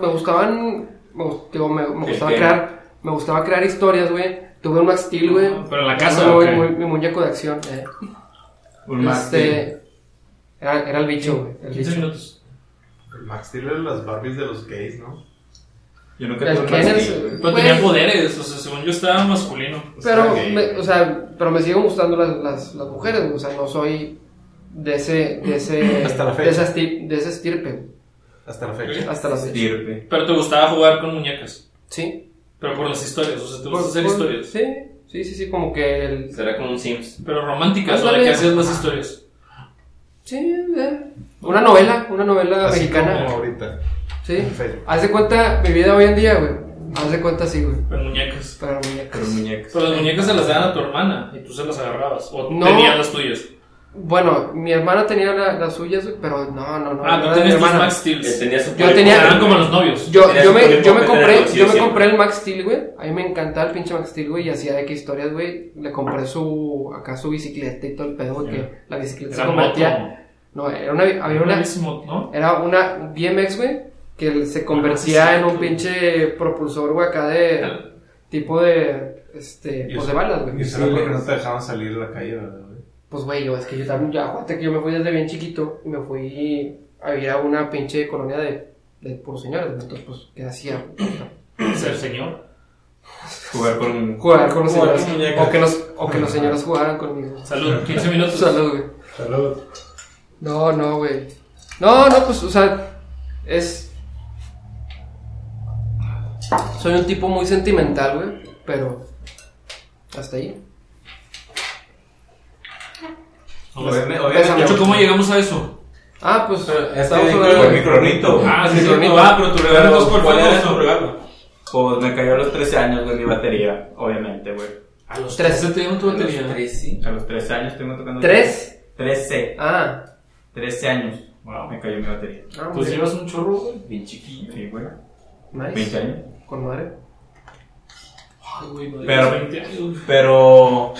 C: me gustaban, me, gust- digo, me, me
E: ¿El
C: gustaba
E: qué?
C: crear, me gustaba crear historias, güey. Tuve un Max Steel, güey.
B: Pero en la casa,
C: Tuve
B: ¿o qué?
C: mi, mi muñeco de acción. eh.
D: Un más.
C: este, era, era el bicho, güey. El
B: 15
C: bicho.
B: minutos.
G: El Max Steel era las Barbies de los gays, ¿no?
D: Yo nunca
C: El
D: tuve un
C: Kenneth,
D: Max Steel, güey.
B: Pero
C: güey,
B: tenía poderes, o sea, según yo estaba masculino.
C: Pero,
G: Estaba gay,
C: me,
G: güey.
C: o sea, pero me siguen gustando las, las, las mujeres, güey. O sea, no soy de ese, de ese,
G: Hasta la
C: de,
G: fecha.
C: esa esti- de ese estirpe, güey,
G: Hasta la fecha.
C: Hasta la fecha.
D: Estirpe.
B: Pero te gustaba jugar con muñecas.
C: Sí.
B: Pero por las historias, o sea, te gusta
C: Por-
B: hacer
C: por-
B: historias.
C: Sí, sí, sí, sí, como que el,
E: Será como un Sims.
C: Pues
B: Pero románticas, o de
C: Ándale.
B: que hacías las historias.
C: Sí, eh, una novela, una novela
G: Así
C: mexicana. Pues
G: como ahorita.
C: Sí.
G: Facebook.
C: Haz de cuenta mi vida hoy en día, güey. Haz de cuenta así, güey.
B: Con muñecas.
C: Para muñecas.
D: Pero muñecas.
B: Pero las muñecas se las daban a tu hermana y tú se las agarrabas. O
C: No.
B: tenías las tuyas.
C: Bueno, mi hermana tenía la- las suyas, güey, pero no, no, no.
B: Ah,
C: no
B: tú
C: de mi
B: tenías tus
C: hermana.
B: Max
E: Él
B: Steels.
E: tenía su
C: Yo tenía-
B: Eran como los novios.
C: Yo,
E: Tenías
C: yo
E: un
C: me,
E: Polly
C: yo me
E: Pocket en el
C: compré,
E: bolsillo
C: yo me
E: siempre.
C: compré el Max Steel, güey. A mí me encantaba el pinche Max Steel, güey, y hacía de que historias, güey. Le compré su, acá su bicicleta y todo el pedo, güey, que la bicicleta se
B: Era
C: convertía.
B: moto.
C: No, era una, había
B: Era
C: una,
B: mismo, ¿no?
C: era una BMX, güey, que se
B: Ah, sí,
C: convertía en un
B: güey.
C: pinche propulsor, güey, acá de, tipo de, este,
G: Y
C: pues
G: eso-
C: de balas,
G: Y
C: güey.
G: eso era porque no te dejaban salir a la calle, ¿verdad, güey?
C: Pues, güey, yo, es que yo también, ya, aguante que yo me fui desde bien chiquito y me fui a vivir a una pinche colonia de, de puros señores, güey. entonces, pues, ¿qué hacía?
B: Ser señor.
D: Jugar con.
C: Jugar con los
F: Jugar con
C: señores.
F: muñecas.
C: o, que los, o que los señores jugaran conmigo.
B: Salud, 15 minutos.
C: Salud, güey.
G: Salud.
C: No, no, güey. No, no, pues, o sea, es. Soy un tipo muy sentimental, güey, pero. Hasta ahí.
D: Obviamente,
C: Pésame.
D: obviamente.
B: Nacho, ¿cómo llegamos a eso?
C: Ah, pues.
F: Estamos
C: estamos
D: Fue
C: hablando
D: mi cronito.
B: Ah, sí,
C: sí,
B: sí.
C: bonito.
F: Ah, pero tu regalo
D: Pero,
F: entonces, ¿cuál
D: ¿cuál
F: fue
D: era
F: tu
D: tu
F: regalo?
D: Pues me cayó a los 13 años, güey, mi batería. Obviamente, güey.
B: A los
C: Tres.
B: 13 te dieron tu batería.
D: A los 13 años estuvimos tocando.
C: ¿Tres?
D: 13.
C: Ah.
D: 13 años.
B: Wow.
D: Me cayó mi batería.
C: Ah, muy
B: Pues
C: bien.
B: llevas un chorro, güey.
D: Bien chiquillo. Sí, güey.
C: Nice.
D: 20 años.
C: Con madre.
B: Ay, güey, madre,
D: Pero-
B: 20 años.
D: Pero.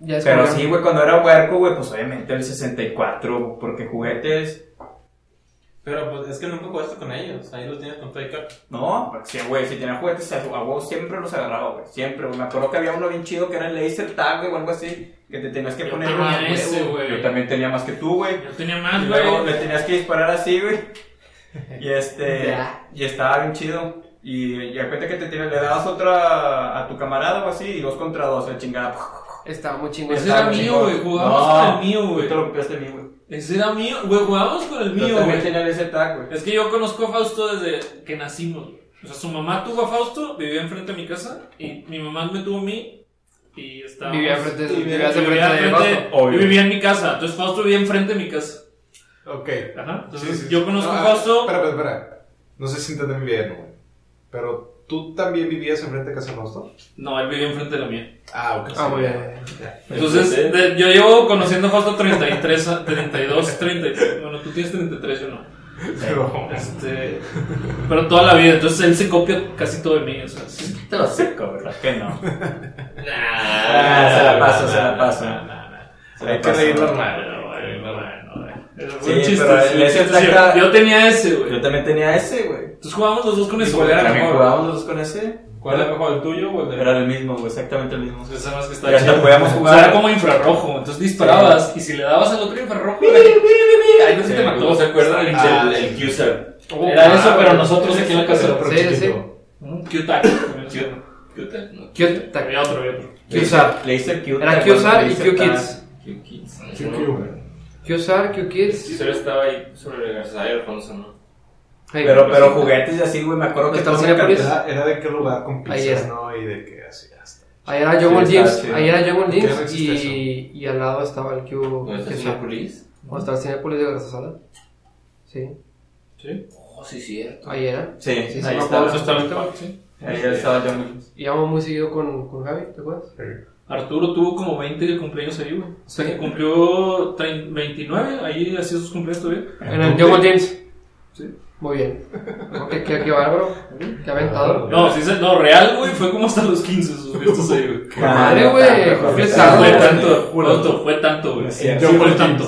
C: Ya es
D: Pero
C: como-
D: sí, güey, cuando era huerco, güey, pues obviamente el 64, porque juguetes.
F: Pero pues es que nunca jugaste con ellos. Ahí los tienes con todo y cara.
D: No, porque sí, güey, si tenía juguetes, a a huevo siempre los agarraba, güey. Siempre, güey. Me acuerdo que había uno bien chido que era el laser tag, güey, o algo así, que te tenías que
B: Yo
D: poner
B: tenía
D: un
B: ese,
D: huevo.
B: güey.
D: Yo también tenía más que tú, güey.
B: Yo tenía
D: Y
B: más,
D: luego le
B: güey.
D: tenías que disparar así, güey. Y este. y estaba bien chido. Y, y de repente que te tiras, le dabas otra a tu camarada o así, y dos contra dos, la chingada.
C: Estaba muy chingón.
B: Ese
C: Estaba
B: era
C: muy
B: mío,
C: chingón.
B: güey. Jugábamos
D: No.
B: con el mío,
D: Tú
B: güey.
D: te lo copiaste de mí, güey.
B: Ese era mío, güey. Jugábamos con el
D: Yo
B: mío,
D: también
B: güey.
D: tenía el laser tag, güey.
B: Es que yo conozco a Fausto desde que nacimos. güey. O sea, su mamá tuvo a Fausto, vivía enfrente de mi casa. Y mi mamá me tuvo a mí. Y estaba.
C: Vivía enfrente- vivías
B: yo
C: enfrente
B: vivía,
C: de
B: enfrente-
D: Fausto.
B: yo vivía en mi casa. Entonces Fausto vivía enfrente de mi casa.
G: Ok.
B: Ajá. Entonces
G: Sí, sí,
B: yo
G: sí.
B: conozco
G: No,
B: a
G: ah,
B: Fausto.
G: Espera, espera, espera. No sé si entendí bien, güey. Pero tú también vivías enfrente de Casa Fausto.
B: No, él vivía enfrente de la mía.
G: Ah, ok.
C: Ah, muy bien.
B: Entonces, de- yo llevo conociendo a Fausto 33, a- 32, 30. Bueno, tú tienes 33, yo no.
G: Pero-
B: Este, pero toda la vida. Entonces él se copia casi todo de mí. O sea, sí.
E: Te lo seco, ¿verdad?
D: ¿Por qué no?
B: Nah,
D: Ah, se la paso,
B: nah,
D: se la
B: nah,
D: paso.
B: nah, nah, nah.
D: Se la
G: Hay que
D: paso.
G: reírlo mal.
B: Bueno, bueno, bueno, bueno. Eso
D: Sí,
B: fue un chiste,
D: pero
B: sí, un
D: ese
B: chiste, sí.
D: ataca-
B: Yo tenía ese,
D: Yo
B: güey.
D: también tenía ese, güey.
B: Entonces jugábamos los dos con eso.
F: cuál
B: güey.
F: era
D: ¿También
F: mejor?
D: jugábamos los con ese?
F: ¿Cuál es mejor, el tuyo o el de
D: Era el mismo, güey, exactamente el mismo.
B: Entonces, nada más que
D: Y
B: estaba
D: hasta
B: chido.
D: podíamos
B: O sea, era
D: jugar.
B: como infrarrojo. Entonces disparabas y si le dabas al otro infrarrojo, era que- ahí no se te
D: pues,
B: mató.
E: ¿No se acuerdan
G: Ah.
E: del el Q-Sar?
C: Oh,
B: Era
C: ah,
B: eso, pero
C: güey.
B: nosotros aquí en la casa.
G: Pero
C: Sí,
G: chiquito.
C: sí.
B: Q-Tac.
E: Q-Tac, ¿no?
C: Q- tac-
B: Había otro, había otro.
C: Q-Sar.
D: Laser Q.
C: Era Q-Sar y Q-Kids.
E: Q-Kids.
G: QQ.
C: Q-Sar, Q-Kids.
E: Q-Sar estaba ahí sobre el aniversario de Alfonso, ¿no?
C: Hey,
D: Pero, pero juguetes y así, güey, me acuerdo que
C: Está
D: todos
C: haciendo
D: encantados.
G: Era, era de qué lugar con
C: Pues, Ahí
G: pizzas,
C: era.
G: ¿no? Y de qué así hasta.
C: Ahí era
D: Sí,
C: John
D: está
C: Jeans,
D: chido.
C: ahí era John
G: ¿Por qué no
C: Jeans
G: existe
C: y, y al lado estaba el Q.
E: ¿No
C: que
E: estás en
C: sea.
E: la polis?
C: ¿Dónde está el Cinépolis de Grazasala? Sí,
B: Sí.
E: Oh, sí, cierto.
C: ahí era.
D: Sí,
C: Sí, sí,
D: ahí
C: me
D: estaba.
B: Eso estaba en el pack, sí.
D: Ahí estaba John Williams.
C: Íbamos muy seguido con, con Javi, ¿te acuerdas?
B: Arturo tuvo como 20 de cumpleaños ahí, güey. O sea, que cumplió 30 29, ahí hacía sus cumpleaños todavía.
C: En el John Jeans.
B: Sí.
C: Muy bien. qué, qué, qué bárbaro. Qué aventador.
B: No, sí, se- no, real, güey, fue como hasta los 15 sus fiestas ahí, güey.
C: Qué madre, güey. Fue
B: Ah,
C: flexado.
B: Fue tanto, Fausto, fue tanto, güey.
D: Sí,
B: Yo
D: sí,
B: fue
D: sí.
B: tanto.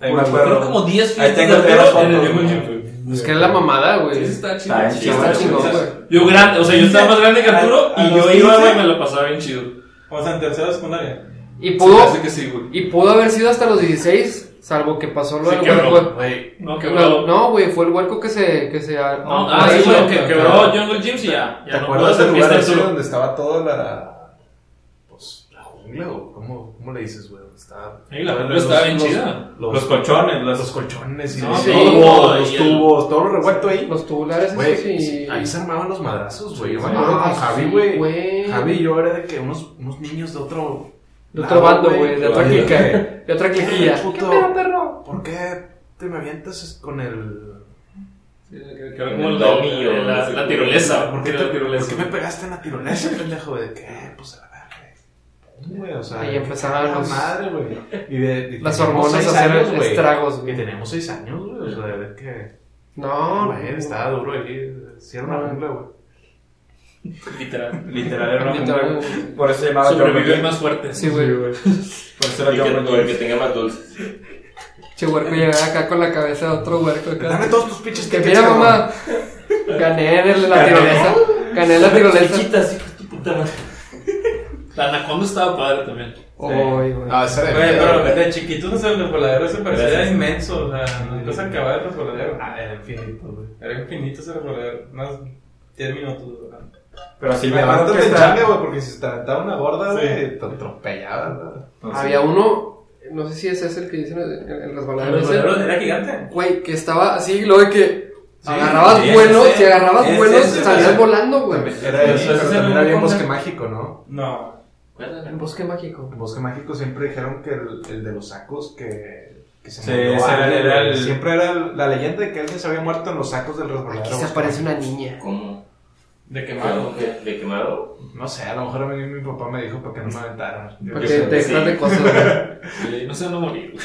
D: Ahí me
B: Fueron
D: acuerdo.
B: como 10
D: Ahí
B: fiestas de
D: tengo todas las
B: Arturo en el
D: fotos,
B: Diego
D: güey.
B: Jeep, güey.
C: Es que es la mamada, güey.
B: Sí,
C: Sí,
B: está chido.
D: Está
B: chido.
D: chido.
C: Está chingón, güey.
B: Yo grande, o sea, yo estaba más grande que Arturo
F: A- a
B: y yo
F: los
B: iba,
F: 15.
B: güey, me la pasaba bien chido.
F: O sea, en tercera o secundaria.
C: Y
B: Sí,
C: pudo,
B: parece que sí, güey.
C: y pudo haber sido hasta los 16, salvo que pasó lo
B: Se
C: del
B: quebró.
C: huerco.
G: Güey,
B: No,
C: No,
B: quebró.
C: no, güey, fue el huerco que se. Que se
B: No, ah, sí,
C: güey.
B: güey, que quebró Jungle Gyms y ya.
G: ¿Te
B: Ya no puedo
G: acuerdas
B: hacer
G: del lugar
B: fiesta
G: ese
B: Arturo.
G: donde estaba toda la. Pues la jungla o cómo, cómo le dices, güey? Donde estaba.
B: Sí, la jungla
G: Los-
B: estaba bien
G: los-
B: chida.
G: Los,
D: Los colchones,
G: los
D: las.
G: colchones y
B: No,
G: los
B: sí,
G: tubos,
B: no,
G: los
B: y el-
G: tubos, todo lo revuelto ahí.
C: Los tubulares
G: Güey,
C: esos y.
G: ahí se armaban los madrazos, güey. Yo me
C: Ah,
G: acuerdo con
C: sí,
G: Javi, güey.
C: güey.
G: Javi y yo era de que unos, unos niños de otro,
C: De otro
G: Claro,
C: bando,
G: güey.
C: güey, de otra
E: Claro.
C: clica. De otra cliquilla.
G: Puto.
C: ¿Qué pedo, perro?
G: ¿Por qué te me avientas con el...
B: Creo como
E: El
B: la,
E: domi o no
B: la,
E: sé
B: la
E: qué.
B: tirolesa.
G: ¿Por
B: ¿Por
G: qué,
B: qué
G: te-
B: la
G: por qué
B: tirolesa?
G: me pegaste en la tirolesa, pendejo? ¿De qué? Pues a la verga. Güey, o sea,
C: Ahí
G: ¿qué
C: empezaron
G: la
C: los-
G: madre, güey. Y de, y
C: Las
G: teníamos
C: hormonas
G: seis
C: hacen
G: años, güey.
C: estragos,
G: Y
C: güey. Oh,
G: tenemos seis años, güey. O sea, de ver que.
C: No, Ah.
G: Güey, estaba duro ahí. Sí, era una
C: No.
G: jungla, güey.
B: Literal.
D: Literal era una
C: Literal,
D: jungla. Por eso se llamaba
B: Sobrevivió el
D: John
B: más fuerte.
C: Sí, güey.
D: McClane. Por eso era
E: Y
D: John
E: que- o el que
D: McClane.
E: tenga más dulces.
C: Che, huerco llegaba acá con la cabeza de otro huerco.
G: Dame
C: Acá.
G: todos tus pinches
C: Que
G: tickets,
C: mira,
G: cabrón.
C: mamá. Gané en la tirolesa. Gané en la tirolesa.
B: Chiquitas, hijo de tu puta madre. La anaconda estaba padre también.
C: Uy, güey.
A: Ah, esa era de
F: Güey,
A: miedo,
F: pero
A: güey.
F: de chiquitos el resbaladero se parecía
E: Gracias.
F: inmenso, o sea, no te acababa el resbaladero.
G: Ah, era infinito, güey.
F: Era infinito ese resbaladero, unos 10 minutos duraba.
D: Pero así
G: Y
D: me
G: me
D: acuerdo
G: levantas
D: que
G: de
D: está.
G: changa, güey, porque si se te aventaba una gorda,
F: Sí.
G: güey, te atropellaba, güey.
C: Había uno, no sé si ese es el que dicen el, el resbaladero
F: El
C: ese.
F: resbaladero era gigante.
C: Güey, que estaba así, luego de que agarrabas
D: ese,
C: vuelo,
D: ese,
C: si agarrabas
D: ese,
C: vuelo,
D: ese,
C: salías
D: ese.
C: volando, güey.
G: Era
F: Sí,
G: eso, pero
F: ese
G: también
F: era un
G: había un
F: combo.
G: bosque mágico, ¿no?
F: No,
C: En Bosque Mágico.
G: En Bosque Mágico siempre dijeron que el, el de los sacos que, que se
D: Sí,
G: murió
D: ese era-
G: alguien,
D: era
G: güey.
D: el-
G: Siempre era la leyenda de que alguien se había muerto en los sacos del resbaladero.
C: Aquí se
G: Bosque
C: aparece una niña.
E: ¿Cómo?
F: de quemado.
E: ¿Quemado? ¿De, Ah, de quemado?
G: No sé, a lo mejor a mí mi papá me dijo para que no me aventaran. Yo
C: Porque
G: qué sé.
C: te
E: sí.
C: extrae de cosas, güey.
B: Sí, No se van a morir.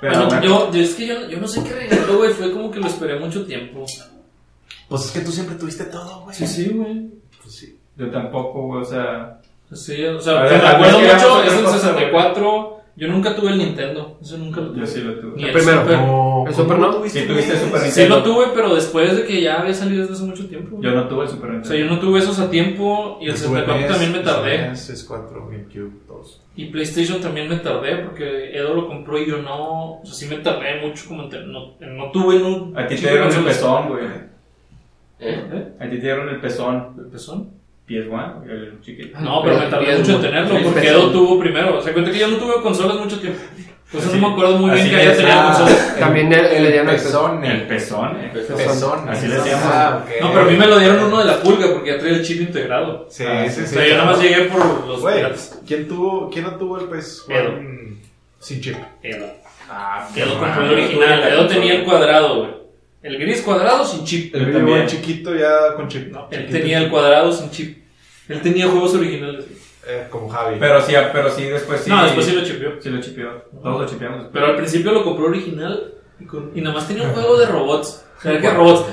D: Pero
B: Ah, no,
D: bueno,
B: yo, yo- es que yo, yo no sé qué regalo, güey. Fue como que lo esperé mucho tiempo.
G: Pues es que tú siempre tuviste todo, güey.
B: Sí, sí, güey.
G: Pues sí.
D: yo tampoco, güey, o sea.
B: Sí, o sea,
D: A ver,
B: que me
D: a ver,
B: acuerdo
D: ¿qué
B: mucho,
D: vamos a
B: es el
D: hacer?
B: 64. Yo nunca tuve el Nintendo. Eso nunca lo tuve.
D: Yo sí lo tuve.
B: Ni
C: El primero.
B: Super.
G: No,
C: ¿El
G: ¿cómo
C: Super no?
G: tuviste
D: Sí, tuviste
G: Nintendo?
D: Super
B: Sí
D: Nintendo.
B: lo tuve, pero después de que ya había salido desde hace mucho tiempo. güey.
D: Yo no tuve el Super
B: O
D: Nintendo.
B: sea, yo no tuve esos a tiempo y el
G: Yo tuve
B: 64 también me
G: NES,
B: tardé.
G: NES, S4, GameCube, todos.
B: Y PlayStation también me tardé porque Edo lo compró y yo no. O sea, sí me tardé mucho. Como en te- no, no tuve en un.
D: A ti te
B: chico
D: dieron
B: de
D: el
B: consolas.
D: pezón, güey.
E: ¿Eh?
B: ¿Eh?
D: A ti te dieron el pezón.
B: ¿El pezón? Ah,
D: PS1, el chiquito.
B: No, pero me tardé
C: Bien,
B: mucho en
C: güey.
B: tenerlo
C: Sí,
B: porque
C: pezón.
B: Edo tuvo primero. O sea, cuenta que yo no tuve consolas mucho tiempo. Entonces no me acuerdo muy
D: Así
B: bien
D: Ah.
B: que
D: le
B: haya tenido
D: decía-
B: consolas.
C: También el, el, el
D: El
G: pezone.
D: pezón, eh.
G: Pezone.
D: Así le decíamos.
G: Ah, ok.
B: No, pero a mí me lo dieron uno de la pulga porque ya traía el chip integrado.
G: Sí,
D: Ah,
G: sí, sí.
B: o sea, yo nada más llegué por los
G: Güey,
B: piratas.
G: ¿quién, tuvo, ¿quién no tuvo el pez
B: Edo.
G: Juan sin chip?
B: Edo.
G: Ah,
B: Edo
G: no,
B: compró el
E: yo tuve
B: original.
E: la
B: Edo
E: consola.
B: tenía el cuadrado, güey. El gris cuadrado sin chip.
D: Él
G: Él
D: también.
G: vivió el chiquito ya con chip.
B: No, él tenía el cuadrado sin chip. Él tenía juegos originales.
G: Eh, como Javi.
D: Pero sí, pero sí, después sí.
B: No, después sí lo chipió.
D: Sí lo chipeó. Todos lo chipeamos.
B: Pero al principio lo compró original y, con- y nada más tenía un juego de robots. O sea, que robots.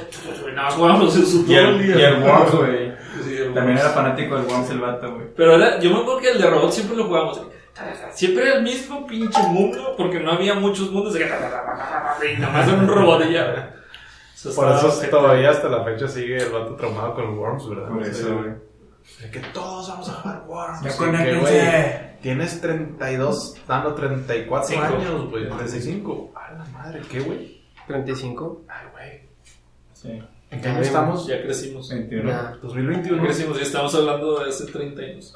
B: Y Nada más jugábamos en su
D: Y
B: todo
D: el,
B: el día.
D: y el Worms, güey.
B: Sí, el
D: También
B: Worms.
D: era fanático del Worms el vato, güey.
B: Pero era, yo me acuerdo que el de robots siempre lo jugábamos. Siempre era el mismo pinche mundo porque no había muchos mundos. de que- Y nada más era un robot y ya. O sea,
G: Por
B: estaba
G: eso
B: ojete.
G: todavía hasta la fecha sigue el vato traumado con Worms, ¿verdad?
D: Por eso, güey.
G: De que todos vamos a jugar Worms.
F: Ya
G: Sí,
F: conéctense.
G: que, güey, Tienes 32, dando 34
B: Cinco.
G: años, güey. 35. A la madre, ¿qué, güey?
C: 35.
G: Ay, güey.
D: Sí.
G: ¿En qué año estamos?
B: Ya crecimos.
D: 21.
C: Nah.
G: 2021.
B: Crecimos, ya estamos hablando de hace 30 años.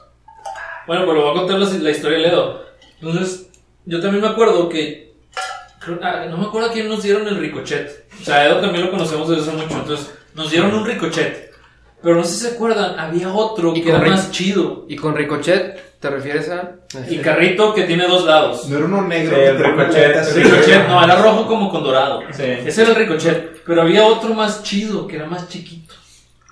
B: Bueno, pero voy a contar la, la historia de Ledo. Entonces, yo también me acuerdo que. creo- ah, no me acuerdo a quién nos dieron el ricochet. O sea, Edo también lo conocemos desde hace mucho. Entonces, nos dieron un ricochet. Pero no sé si se acuerdan, había otro
C: Y
B: que era
C: con ri-
B: más chido.
C: Y con Ricochet, ¿te refieres a?
B: Y carrito que tiene dos lados.
G: No era uno
D: Sí,
G: negro. que
D: el
G: traía una
D: ricochet,
G: lata así.
B: Ricochet, no, era rojo como con dorado.
D: Sí.
B: Ese era el ricochet. Pero había otro más chido, que era más chiquito.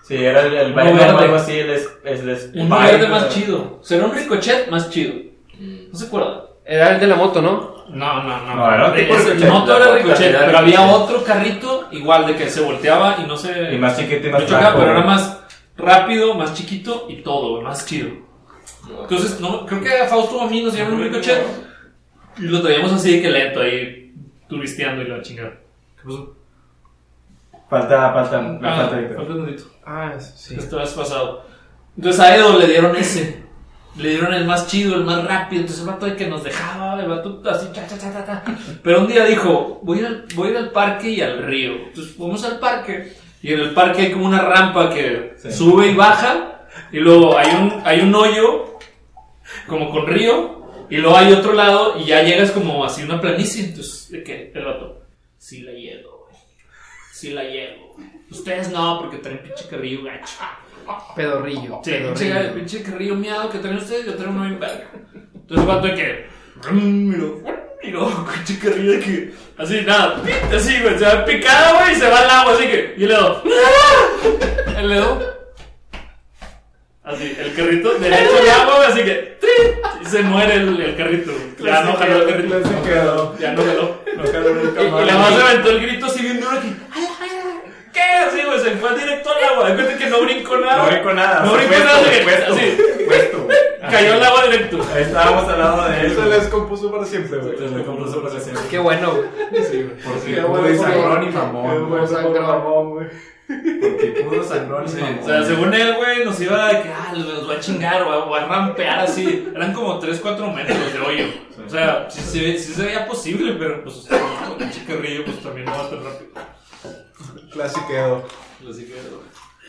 D: Sí, era el, el
B: Un
D: Batman
B: verde.
D: o algo así, el, es- el, es-
B: Un verde más
D: Batman.
B: chido. O sea, era un ricochet más chido. ¿No se acuerdan?
C: Era el de la moto, ¿no?
B: No, no, no.
D: No, era otro
B: Ese-
D: Ricochet.
B: no todo
E: La
B: era
E: otra
B: Ricochet,
E: era
B: pero había
E: Ricochet.
B: otro carrito igual de que se volteaba y no se.
D: Y más chiquito y
B: no
D: más
B: chocaba,
D: flaco,
B: pero era
D: güey.
B: más rápido, más chiquito y todo, güey, más chido. Entonces, no, creo que a Fausto o a mí nos dieron un Ricochet y lo traíamos así de que lento ahí, turisteando y la chingada. ¿Qué pasó?
D: Falta, falta, la
B: Ah,
D: falta de
B: falta un ratito.
C: Ah, sí.
B: Esto es pasado. Entonces a Edo le dieron ese. Le dieron el más chido, el más rápido. Entonces el vato de que nos dejaba, el vato así, cha, cha, cha, cha, cha. Pero un día dijo, voy a, ir al, voy a ir al parque y al río. Entonces fuimos al parque. Y en el parque hay como una rampa que
D: Sí.
B: sube y baja. Y luego hay un, hay un hoyo, como con río. Y luego hay otro lado y ya llegas como así a una planicie. Entonces, de que el vato, sí la hielo, güey. sí la llevo. Ustedes no, porque traen pinche carrillo gacho.
C: Pedorrillo.
B: Sí,
C: pedorrillo.
B: pinche, el pinche carrillo miado que traen ustedes, yo traigo uno bien verga. Entonces el vato de que. rum, Y luego, rum, y luego, pinche carrillo de que. Así, nada, pit, así, güey. Se va picada, güey, y se va al agua, así que. Y el dedo. ¡ah! El dedo. Así, el carrito derecho al agua, güey, así que. ¡trin! Y se muere el, el carrito. güey. Ya no jaló el carrito.
G: Se quedó.
B: Ya no jaló.
G: No quedó nunca
B: Y, y
G: más.
B: la más aventó el grito así bien duro que. "Ay, ay, ay". ¿Qué? Así, güey, se fue directo al agua. Acuérdate que no brincó nada.
D: No brinco nada.
B: No
D: fue
B: brinco
D: puesto,
B: nada,
D: fue
B: güey.
D: puesto,
B: Así.
D: fue puesto, güey.
B: Cayó al agua directo.
D: Ahí estábamos al lado de él.
G: Eso les compuso para siempre, güey.
D: Se le compró su presentación.
C: Qué bueno, güey.
D: Por si
G: Qué
D: pudo
G: bueno,
D: ir sangrón y
G: güey.
D: mamón. güey.
G: Qué bueno, mamón, güey.
D: Porque pudo sangrón y
B: Sí,
D: mamón.
B: o sea, según él, güey, nos iba a que, ah, los voy a chingar, güey, voy a rampear así. Eran como 3, 4 metros de hoyo. O sea, sí, se ve- sí se veía posible, pero pues, o sea, con un chicarrillo, pues también no va a tan rápido.
G: Clasiqueado.
B: Así que,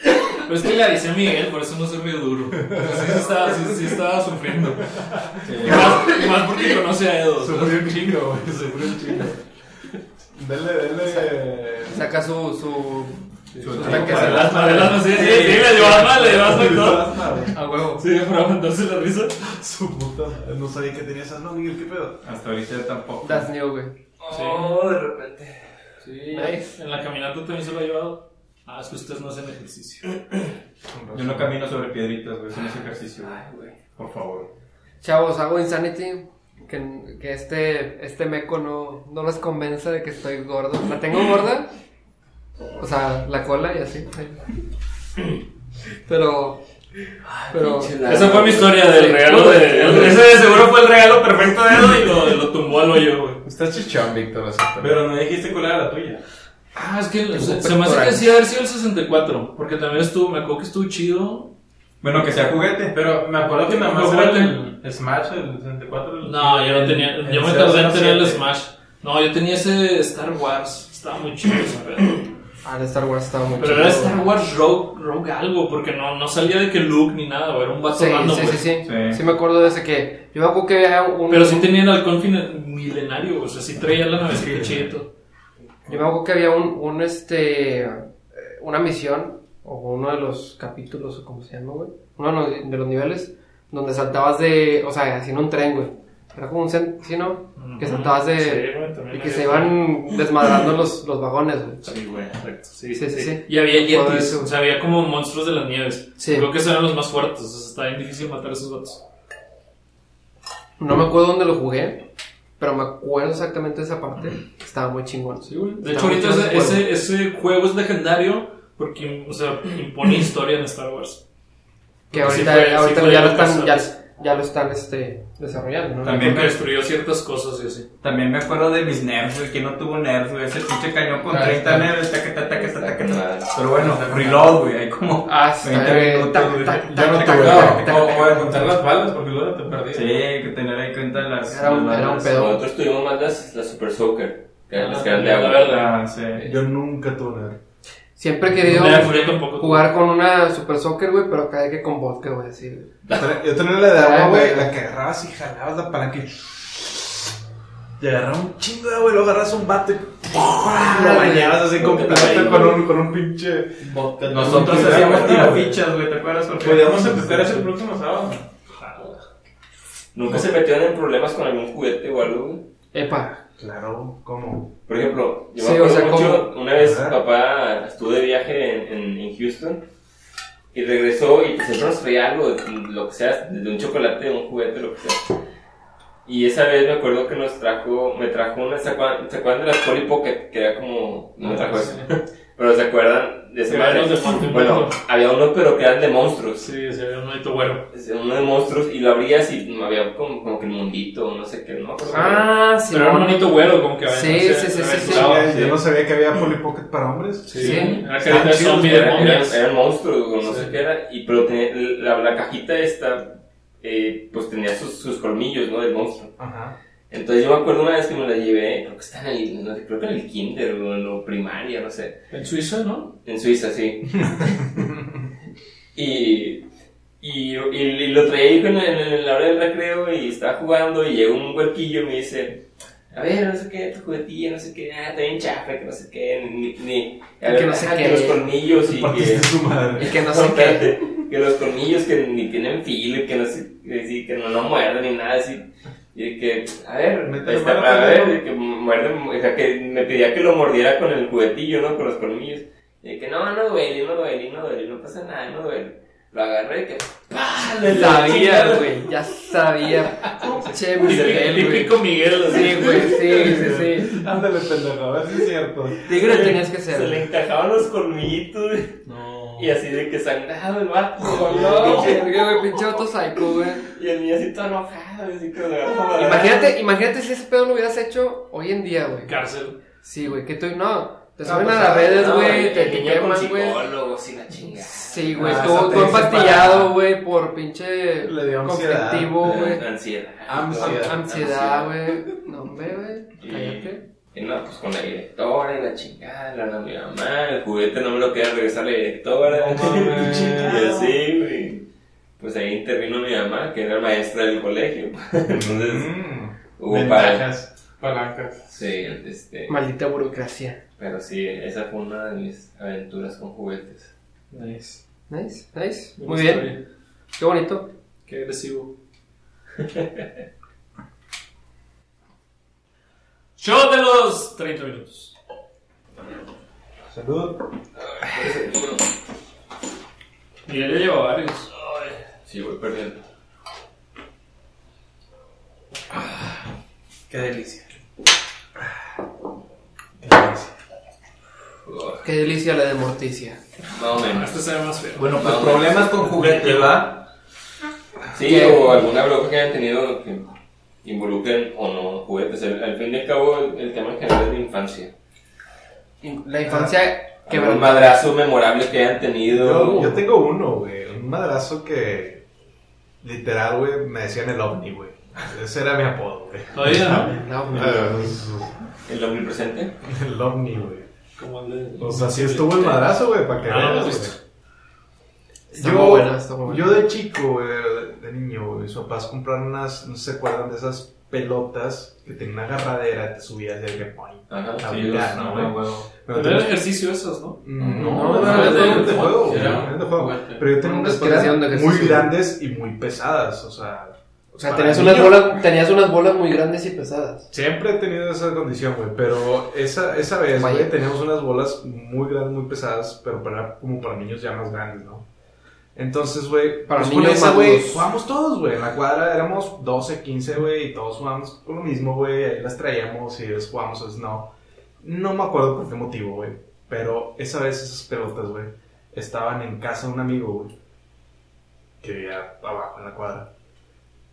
B: pero es que le avisé a Miguel, por eso no se me duro. Entonces, sí, estaba, sí, sí estaba sufriendo. Y más, y más porque conoce a Edo.
G: Sufrió un chingo, güey. Sufrió un chingo. Dele, dele.
C: Saca su. su. su
G: Sí,
C: tanque
G: sí,
C: de-
B: Adelante, adelante, sí, sí, sí, le dio asma, le dio asma y todo.
C: A huevo.
B: Sí, para aguantarse la risa.
G: Su puta. madre. No sabía que tenías asma, Miguel, qué pedo.
D: Hasta ahorita yo tampoco.
C: Das new, güey.
B: Oh,
E: de repente.
B: Sí,
C: Nice.
B: en la caminata también se lo ha llevado. Ah, es que ustedes no hacen ejercicio.
D: Yo no camino sobre piedritas, güey. Eso no es ejercicio, güey. Por favor.
C: Chavos, hago Insanity. Que, que este, este meco no, no los convenza de que estoy gordo. ¿La tengo gorda? O sea, la cola y así. sí. Pero. Pero.
B: Esa fue mi historia del regalo de. Ese de seguro fue el regalo perfecto de Edo y lo, lo tumbó al hoyo, güey.
H: Está chichón, Víctor, acepta.
D: Pero no dijiste cuál era la tuya.
B: Ah, es que se, se me hace que sí haber sido el 64. Porque también estuvo, me acuerdo que estuvo chido.
D: Bueno, que sea juguete.
F: Pero me acuerdo que nada más
B: Pero
F: era
B: bueno.
F: el Smash, el 64. el-
B: No, yo no tenía.
D: el
B: Yo me tardé en tener el
D: 007.
B: Smash. No, yo tenía ese Star Wars. Estaba muy chido ese pedo.
C: Ah, de Star Wars estaba muy
B: Pero
C: chido,
B: era
C: güey.
B: Star Wars Rogue, Rogue algo, porque no, no salía de que Luke ni nada, güey, era un vato
C: Sí,
B: random,
C: sí,
B: güey.
C: sí, sí,
D: Sí.
C: Sí me acuerdo de ese que. Yo me acuerdo que había un.
B: Pero sí tenía el halcón fina- milenario, güey, o sea, sí traía la navecita chido.
C: Yo me acuerdo que había un, un, este, eh, una misión, o uno de los capítulos, o como se llama, güey. Uno de los, de los niveles, donde saltabas de, o sea, haciendo un tren, güey. Era como un cen- ¿sí, no? Que saltabas de... y que se iban desmadrando los, los vagones, güey.
B: Sí, güey, correcto. Sí,
C: Sí, sí, sí.
B: Y había
C: Todo
B: yetis,
C: eso.
B: o sea, había como monstruos de las nieves.
C: Sí.
B: Creo que esos eran los más fuertes, o sea, estaba bien difícil matar a esos vatos.
C: No me acuerdo dónde lo jugué, pero me acuerdo exactamente de esa parte. Estaba muy chingón.
B: Sí, güey.
C: Está
B: De hecho,
C: muy
B: ahorita
C: chido
B: ese,
C: ese
B: ese, ese juego es legendario porque, o sea, impone historia en Star Wars.
C: Que
B: Porque sí
C: ahorita,
B: fue- sí
C: ahorita
B: fue
C: ya,
B: de
C: lo
B: los
C: están, ya,
B: personajes.
C: ya lo están este, desarrollando, ¿no?
D: También.
B: Porque destruyó ciertas cosas y así.
D: También me acuerdo de mis nerfs, güey. Que no tuvo nerfs, güey. Ese pinche cañón con
F: Ah,
D: 30
F: está.
D: nerfs. Taca, taca, taca, taca, taca. Pero bueno, reload, güey. Hay como
C: Ah, está,
D: 20
C: eh,
D: minutos,
C: tac,
D: güey.
C: tac,
D: Yo no
C: tac,
D: tuve.
C: tac, tac, tac.
F: O, o de contar las balas, porque luego te perdí.
D: Sí, hay que tener ahí cuenta las.
C: Era un-
D: las
C: era un
D: balas.
C: pedo.
E: Nosotros tuvimos más las, las Super Soccer, que eran las que eran de
B: la
E: agua.
B: verdad.
D: Ah, sí.
G: Yo nunca tuve nada.
C: Siempre he querido
B: No, yo tampoco.
C: jugar con una Super Soccer, güey, pero cada vez que con vodka, güey, así. güey.
G: Yo tenía la de agua,
C: Ah,
G: güey,
C: güey.
G: la que agarrabas y jalabas la palanca y. Y agarrabas un chingo de agua y luego agarrabas un vato y. Lo bañabas así completo con un, con un pinche.
D: Nosotros
G: Sí,
D: hacíamos
G: güey.
D: tirafichas, güey, ¿te acuerdas? Porque
F: Podríamos empezar eso el próximo sábado.
E: Nunca se metieron en problemas con algún juguete o algo. güey?
C: Epa.
G: Claro, ¿cómo?
E: Por ejemplo, yo
C: Sí,
E: me
C: o
E: acuerdo
C: sea,
E: mucho, una vez
G: Ajá.
E: papá estuvo de viaje en, en, en Houston y regresó y pues, siempre nos traía algo, lo que sea, de un chocolate, de un juguete, lo que sea. Y esa vez me acuerdo que nos trajo, me trajo una, ¿se acuerdan, se acuerdan de las Polly Pocket? Que era como, no me trajo eso. Pero ¿se acuerdan de esa
B: Ah, Que eran
E: madre?
B: los de Monty
E: Bueno,
B: Python.
E: había uno pero que eran de monstruos.
B: Sí, se ve un monito güero.
E: Uno de monstruos y lo abrías y había como, como que el mundito, no sé qué, ¿no? Pero-
C: Ah, sí.
B: Pero era un
C: no.
B: monito güero, como que
C: Sí,
B: aventuraba-
C: sí, sí, sí, sí.
B: aventuraba.
G: Yo no sabía que había Polly Pocket para hombres.
B: Sí,
C: Sí.
B: Era
G: Estaban
B: carita de
G: chidos,
B: zombie de
E: Era, era,
B: momias.
E: era el monstruo, o no
B: Sí.
E: sé qué era, y, pero tenía- la, la cajita esta, eh, pues tenía sus, sus colmillos, ¿no? Del monstruo.
G: Ajá.
E: Entonces yo me acuerdo una vez que me la llevé, creo que está en el, no sé, creo que en el kinder o en lo primaria, no sé,
B: En Suiza, ¿no?
E: en Suiza, sí. y, y, y- y lo traía ahí en, en- en la hora del recreo y estaba jugando y llegó un huerquillo y me dice, A ver, no sé qué, tu juguetilla, no sé qué, ah, está bien chafa, que no sé qué, ni. ni a
C: Y
E: ver,
C: que no sé
E: ah,
C: qué.
E: que los colmillos y
G: Partiste
E: que.
G: su madre.
C: Y que no sé qué.
E: Espérate, que los colmillos que ni tienen filo y que no sé, que, sí, que no, no muerden ni nada así. Y que, a ver,
G: Métele
E: ahí está,
G: mano,
E: a ver,
G: pendejo.
E: y que muerde, o sea, que me pedía que lo mordiera con el juguetillo, ¿no? Con los colmillos. Y que no, no duele, no duele, no duele, no pasa nada, no duele. Lo agarré y que, ¡pah! Le
C: Sabía, güey, ya sabía. Che,
B: El
C: Miguel, güey.
B: típico Miguel, así.
C: Sí, güey, sí, sí, sí.
G: Ándale, pendejo, a ver si es cierto.
C: Tigre tenías que
E: Se le
C: ser.
E: encajaban los colmillitos, güey.
B: No.
E: Y así de que sangrado el vato.
C: No, verga, güey, pinche vato psycho, güey.
E: Y el niño así todo enojado, así que lo agarró.
C: Imagínate, imagínate si ese pedo lo hubieras hecho hoy en día, güey.
B: Cárcel.
C: Sí, güey, que tú no. Te
G: No,
C: suben
G: pues,
C: a las
G: ah,
C: redes,
E: No,
C: güey, te
E: el niño con
C: etiquetan, güey.
E: psicólogo, sin la chingada.
C: Sí, güey,
G: Ah,
C: tú,
G: esa te
C: tú
G: dice
C: empastillado,
G: para-
C: güey, por pinche
G: Le dio ansiedad.
C: conflictivo, güey.
E: Ansiedad.
G: Ansiedad.
C: Ansiedad, güey. No, hombre, güey. Cállate.
E: Y no, pues con la directora y la chingada, la novia de mamá, el juguete no me lo quería regresar la directora. y así, güey. Pues ahí intervino mi mamá, que era maestra del colegio. Entonces,
G: Mm.
E: hubo para.
F: Ventajas, palancas.
E: Sí, este.
C: Maldita burocracia.
E: Pero sí, esa fue una de mis aventuras con juguetes.
B: Nice.
C: Nice, nice.
B: Me
C: Muy
B: gusta
C: bien. Qué bonito.
B: Qué agresivo. Show de los 30 minutos.
G: Salud.
B: Miguel ya lleva varios.
E: Sí, voy perdiendo.
F: Qué delicia.
C: Qué delicia la de Morticia.
E: Más o menos.
B: Este se ve más feo.
G: Bueno, pues
E: Vamos.
G: problemas con juguete, ¿va?
E: Sí,
C: ¿Qué?
E: o alguna bronca que hayan tenido que involucren o no juguetes. Al, al fin y al cabo, el, el tema en general es de infancia.
G: Ah.
C: La infancia
E: Que
C: quebró.
E: un madrazo memorable que hayan tenido.
G: Yo, yo tengo uno, güey. Un madrazo que. Literal, güey, me decían el ovni, güey. Ese era mi apodo, güey.
B: Todavía no.
C: No, güey.
G: Ah. El
E: El omnipresente.
G: ovni, güey.
B: Como el de.
G: O sea, así estuvo el madrazo, güey, para que
B: Ah,
G: veas,
B: lo
G: güey.
B: viste.
C: Está muy
G: Yo,
C: buena, está muy buena.
G: yo de chico, güey, de- de niño, güey, mis papás compraron unas, no se acuerdan de esas pelotas que tenían una agarradera, te subías y ahí que poing.
E: Ajá,
G: Ah,
E: sí,
G: mira,
E: los-
G: no,
E: ajá.
G: Pero
B: Pero
G: tenía-
B: era ejercicio esos, ¿no?
G: No,
F: no,
G: eran
F: era de-
G: de juego, güey,
F: era
G: eran de juego.
F: juguete.
G: Pero yo tenía unas que
C: Respiración de
G: eran muy
C: ejercicio.
G: grandes y muy pesadas, o sea.
C: O sea,
G: para
C: tenías unas,
G: niño,
C: bolas, tenías unas bolas muy grandes y pesadas.
G: Siempre he tenido esa condición, güey, pero esa, esa vez,
C: Vaya.
G: güey, teníamos unas bolas muy grandes, muy pesadas, pero para, como para niños ya más grandes, ¿no? Entonces, güey,
C: Para
G: pues con
C: niños
G: esa, güey,
C: maduros.
G: jugamos todos, güey, en la cuadra éramos 12, 15, güey, y todos jugamos con lo mismo, güey, ahí las traíamos y las jugamos, es no. No me acuerdo por qué motivo, güey, pero esa vez esas pelotas, güey, estaban en casa de un amigo, güey, que vivía abajo en la cuadra.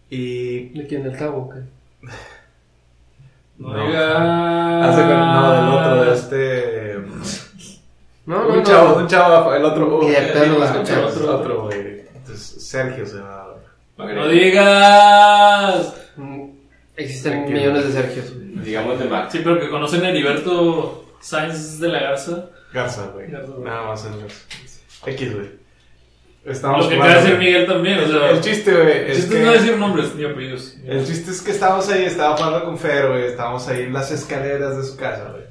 G: Y...
C: ¿De quién? ¿Del cabo? o qué?
B: No,
G: No.
B: diga.
G: Hace con- no, del
B: Ah.
G: otro, de este...
C: No, no,
G: un
C: no.
G: chavo, un chavo, el otro. uh,
C: Ni de
G: el
C: pedo lo escuchamos.
G: otro, otro, güey. Entonces, Sergio se va a
B: No
G: este.
E: Magre-
B: digas.
C: Mm, Existen millones de Sergios. güey.
E: Digamos de Max.
B: Sí, pero que conocen a Heriberto Sáenz de la Garza.
G: Garza, güey.
B: Garza, güey.
G: Nada más en los X, güey. Estábamos
B: Lo que
G: jugando,
B: acaba de decir
G: güey.
B: Miguel también. O sea,
G: El chiste, güey.
B: el
G: Es
B: chiste
G: que,
B: es no decir nombres ni apellidos.
G: El chiste es que estábamos ahí, estaba jugando con Fer, güey. Estábamos ahí en las escaleras de su casa, güey.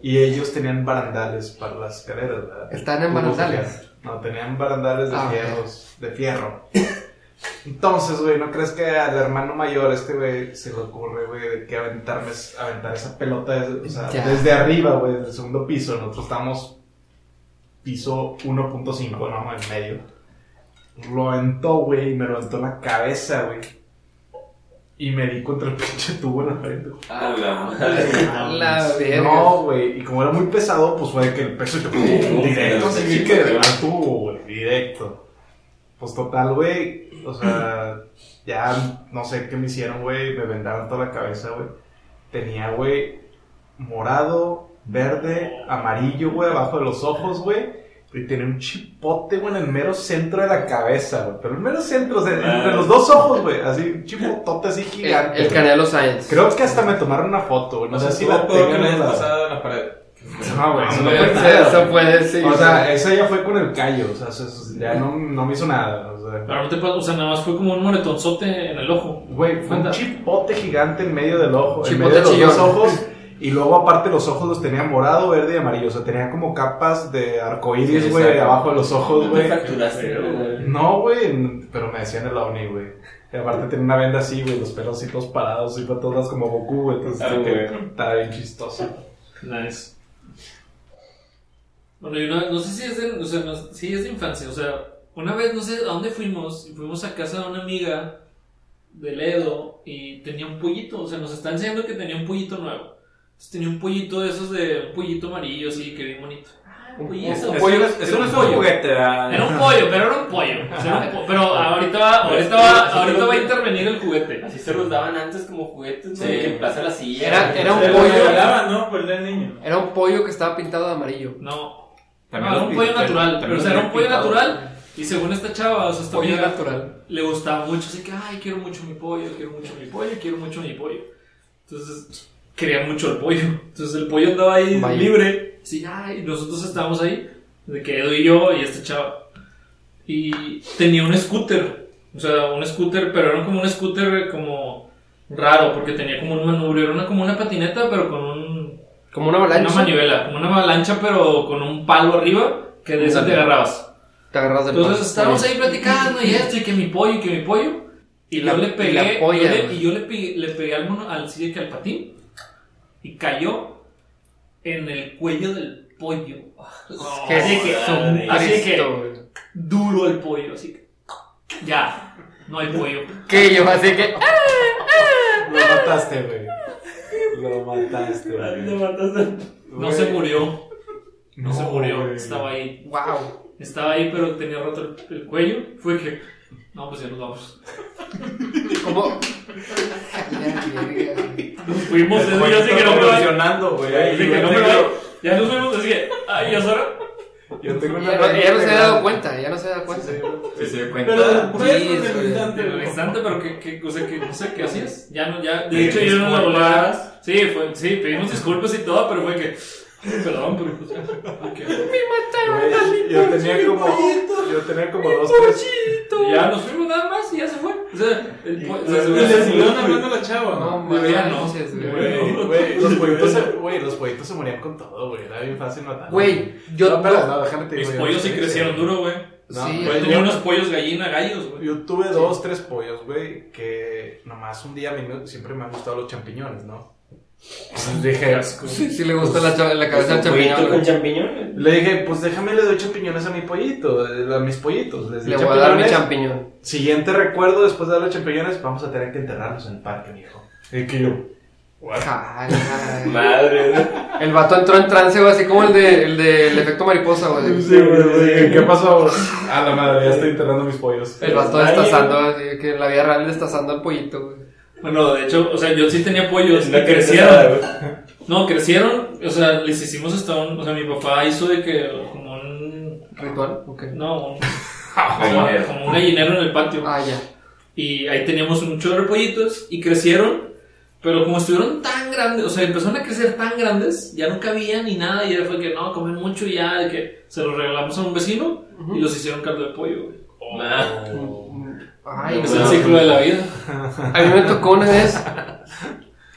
G: Y ellos tenían barandales para las escaleras, ¿verdad?
C: Estaban en
G: Tubos de
C: barandales.
G: fierro. No, tenían barandales de
C: Ah, ok.
G: fierros, de fierro. Entonces, güey, ¿no crees que al hermano mayor, este güey, se le ocurre, güey, de que aventarme, aventar esa pelota desde, o sea,
C: Ya.
G: desde arriba, güey, desde el segundo piso? Nosotros estábamos piso 1.5, ¿no? En medio. Lo aventó, güey, y me levantó la cabeza, güey. Y me di contra el pinche tubo en la frente. güey.
E: Ah, la madre.
C: La verga.
G: No, güey. Y como era muy pesado, pues fue de que el peso yo directo, así vi que de la tubo, güey, directo. Pues total, güey. O sea, ya no sé qué me hicieron, güey. Me vendaron toda la cabeza, güey. Tenía, güey, morado, verde, amarillo, güey, abajo de los ojos, güey. Y tenía un chipote, güey, en el mero centro de la cabeza, güey. Pero el mero centro, o sea,
C: Ah.
G: entre los dos ojos, güey. Así, un chipotote así
C: El,
G: gigante.
C: el
G: güey.
C: Canelo Science.
G: Creo que hasta me tomaron una foto, güey. No sé si la
F: tengo
G: tengan
F: que
G: en
F: hayas
G: la...
F: pasado en la pared.
G: No, güey, eso no
C: Güey,
G: fue
C: o sea,
G: nada,
C: eso
G: güey.
C: puede ser.
G: O sea, esa ya fue con el callo, o sea, eso- eso ya no, no me hizo nada. O sea,
B: Pero no te pasa, o sea, nada más fue como un moretonzote en el ojo.
G: Güey, fue un
B: Anda.
G: chipote gigante en medio del ojo, en
C: Chipote
G: medio de los
C: chillón.
G: dos ojos. Y luego, aparte, los ojos los tenía morado, verde y amarillo. O sea, tenía como capas de arcoíris,
E: Sí,
G: güey,
E: exacto.
G: abajo de los ojos,
E: No te
G: güey.
E: fracturaste, güey.
G: No, güey, n- pero me decían el Oni, güey. Y aparte tenía una venda así, güey, los pelos así todos parados, así para todas como Goku, güey. Entonces,
E: Ah,
G: como que
E: güey.
G: estaba bien chistoso.
B: Nice. Bueno, yo no, no sé si es de, o sea, no- sí, es de infancia. O sea, una vez no sé a dónde fuimos, y fuimos a casa de una amiga de Ledo y tenía un pollito. O sea, nos está enseñando que tenía un pollito nuevo. Entonces tenía un pollito de esos de un pollito amarillo, así que bien bonito. Ah, un pollito.
D: Eso,
B: Era
D: pollo,
B: un
D: eso no es un juguete, ¿verdad?
B: Era un pollo, pero era un pollo. O sea, era un po- pero ahorita va, ahorita va, ahorita va a intervenir el juguete.
E: Así se los daban antes como juguetes, güey.
B: Sí.
E: Que en Plaza la silla.
C: Era- era un
F: Se lo
C: pollo.
F: regalaban, ¿no? Por el del niño.
C: Era un pollo que estaba pintado de amarillo.
B: No, no,
D: También
B: era
D: los
B: un pollo
D: pintan-
B: natural.
D: también
B: Pero o
D: los
B: sea, era un pollo
D: pintados.
B: natural. Y según esta chava, o sea, esta
C: Pollo
B: amiga,
C: natural.
B: le gustaba mucho, así que, ay, quiero mucho mi pollo, quiero mucho mi pollo, quiero mucho mi pollo. Entonces, quería mucho el pollo. Entonces, el pollo andaba ahí
C: Vaya.
B: libre. Así, ay, nosotros estábamos ahí, de que Edu y yo y este chavo. Y tenía un scooter, o sea, un scooter, pero era como un scooter como raro, porque tenía como un manubrio, era una, como una patineta, pero con un,
C: Como una
B: una
C: avalancha.
B: manivela, como una avalancha, pero con un palo arriba, que de esa te agarrabas.
C: Te agarras del
B: Entonces
C: paso.
B: estábamos ahí platicando y esto, y que mi pollo, y que mi pollo. Y
C: La-
B: yo le
C: y
B: pegué,
C: la polla,
B: yo le-
C: güey.
B: y yo le pegué, le pegué al mono, al sí de que al patín, y cayó en el cuello del pollo.
C: Oh,
B: así que,
C: Jesucristo,
B: así que,
C: güey.
B: duro el pollo, así que, ya, no hay pollo.
C: Que yo así que.
G: Lo mataste, güey. Lo mataste, güey.
B: No se murió, no, se murió,
G: güey.
B: estaba ahí,
C: ¡Wow!
B: estaba ahí, pero tenía roto el, el cuello. Fue que, no, pues ya nos vamos.
C: ¿Cómo? La verga, güey.
B: Nos fuimos,
D: El
B: ese
D: pollo
B: día sí que no
D: está
B: me voy.
D: evolucionando, güey.
B: Ya
D: Ahí,
B: dije que
D: güey,
B: no me
D: tengo-
B: voy. Ya nos vemos así. que, Ay, ya es hora.
G: Yo tengo una
C: Ya no- ya no se había dado
G: grande.
C: cuenta, ya no se había dado cuenta.
E: Sí, se
F: Pero
E: dio cuenta.
F: después,
C: Sí, eso
F: en el
C: es.
F: instante,
B: En el
F: güey.
B: instante, pero que, que, o sea, que no sé qué hacías. Ya no, ya. De
E: Sí,
B: hecho, yo no la volví a
E: disculpas.
B: ver. Sí, fue, sí, pedimos disculpas y todo, pero fue que. Perdón, pero. o sea, que-
G: Güey, Yo tenía como, yo tenía como dos, tres.
B: Ya nos fuimos nada más y ya se fue. O sea, el po- o sea, se
F: Y
B: fue
F: le siguieron
B: así.
F: hablando a la chava,
C: No
F: ¿no?
C: manches,
B: no.
C: güey.
G: Güey, güey, los pollitos se, güey, los pollitos se morían con todo, güey. Era bien fácil matar.
C: Güey, yo.
G: No, pero no, déjame te
B: Mis
G: digo, yo
B: pollos
G: no
B: sí
G: sé,
B: crecieron
G: güey.
B: duro, güey.
G: No,
C: Sí,
B: Yo
G: güey,
B: tenía
G: yo-
B: unos pollos gallina, gallos, güey.
G: Yo tuve dos, tres pollos, güey, que nomás un día a mí me- siempre me han gustado los champiñones, ¿no?
C: Pues
G: Entonces dije,
C: Sí, sí le gustó la, chava- la cabeza al
E: ¿Juguito
C: champiñón.
E: con
C: Pues güey.
E: champiñones?
G: le dije, pues déjame le doy champiñones a mi pollito, eh, a mis pollitos. Les di
C: Le voy a dar mi
G: champiñones.
C: champiñón.
G: Siguiente recuerdo, después de darle champiñones, vamos a tener que enterrarlos en el parque, mijo. Y que yo,
C: Jala.
E: Madre, güey.
C: El vato entró en trance, güey, así como el de, el de el efecto mariposa, güey.
G: Sí, güey, güey, ¿qué pasó? A la madre, ya estoy enterrando mis pollos.
C: El vato destazando, así que en la vida real destazando al pollito, güey.
B: Bueno, de hecho, o sea, yo sí tenía pollos.
E: No
B: y
E: crecieron,
B: crecieron.
E: güey.
B: No, crecieron, o sea, les hicimos hasta un, o sea, mi papá hizo de que como un,
C: ¿Ritual? Ok.
B: no, un,
E: Gallinero.
B: como, como un gallinero en el patio.
C: Ah, ya.
B: Y ahí teníamos un chorro de pollitos y crecieron, pero como estuvieron tan grandes, o sea, empezaron a crecer tan grandes, ya no cabían ni nada y ya fue que no, comen mucho y ya, de que se los regalamos a un vecino y los hicieron caldo de pollo, güey.
E: Nah.
C: Ay,
B: es
C: güey.
B: el ciclo de la vida.
C: A mí me tocó una vez,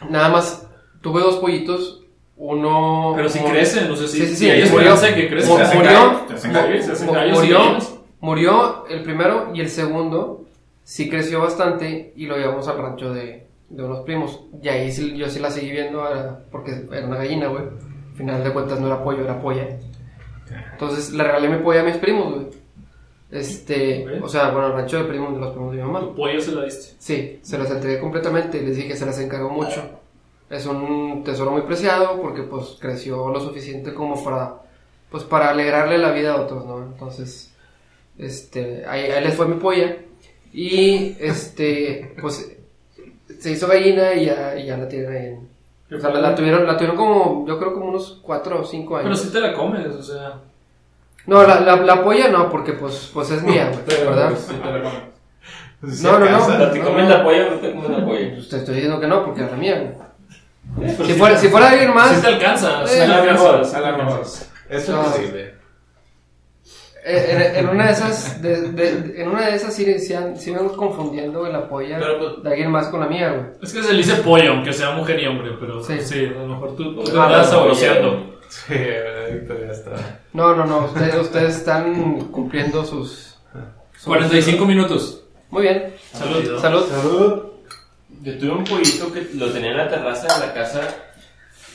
C: nada más, tuve dos pollitos, uno...
B: Pero si
C: mor-
B: crecen, no sé si,
C: Sí, sí, sí,
B: si hay
C: murió.
B: esperanza de que crezcan.
C: Mor-
B: Se hacen
C: murió,
B: callos, se hacen callos, se hacen
C: mor-
B: callos y
C: murió,
B: gallinas.
C: murió el primero y el segundo sí creció bastante y lo llevamos al rancho de, de unos primos. Y ahí sí- yo sí la seguí viendo era- porque era una gallina, güey. Al final de cuentas no era pollo, era polla. Entonces le regalé mi polla a mis primos, güey. Este,
B: Ok.
C: o sea, bueno, al rancho de primos, de los primos de mi mamá.
B: Tu pollo se la diste.
C: Sí, se las entregué completamente y les dije se las encargo mucho. Es un tesoro muy preciado porque pues creció lo suficiente como para pues para alegrarle la vida a otros, ¿no? Entonces, este, ahí, ahí les fue mi polla y este, pues se hizo gallina y ya, y ya la tienen ahí. en- O sea, la, la tuvieron, la tuvieron como, yo creo como unos 4 o 5
B: Pero
C: años.
B: si te la comes, o sea.
C: No, la, la, la polla no, porque pues, pues es mía, güey, ¿verdad?
B: pues,
F: Sí, te la comes.
G: Entonces,
C: No, no, no.
G: alcanza.
E: ¿Te comes la polla o no te comes la polla?
C: Pues, Te estoy diciendo que no, porque es la mía, güey. Si fuera, si fuera alguien más,
B: Si te alcanza, si
C: Eh,
B: te
F: A la mejor,
B: alcanzas.
F: a la mejor.
G: Eso
C: No.
G: sí.
C: eh, en, en una de esas, de- de- en una de esas sí, sí, han- sí vengo confundiendo el apoyo
F: Pero, pues-
C: de alguien más con la mía, güey.
B: Es que se le dice pollo, aunque sea mujer y hombre, pero sí,
C: Sí.
B: a lo mejor tú te
C: Ah,
B: vas
C: no,
B: saboreando.
F: Sí, la victoria está.
C: No, no, no, ustedes, ustedes están cumpliendo sus...
B: 45 minutos.
C: Muy bien,
B: Salud.
C: salud.
G: Salud.
E: Yo tuve un pollito que lo tenía en la terraza de la casa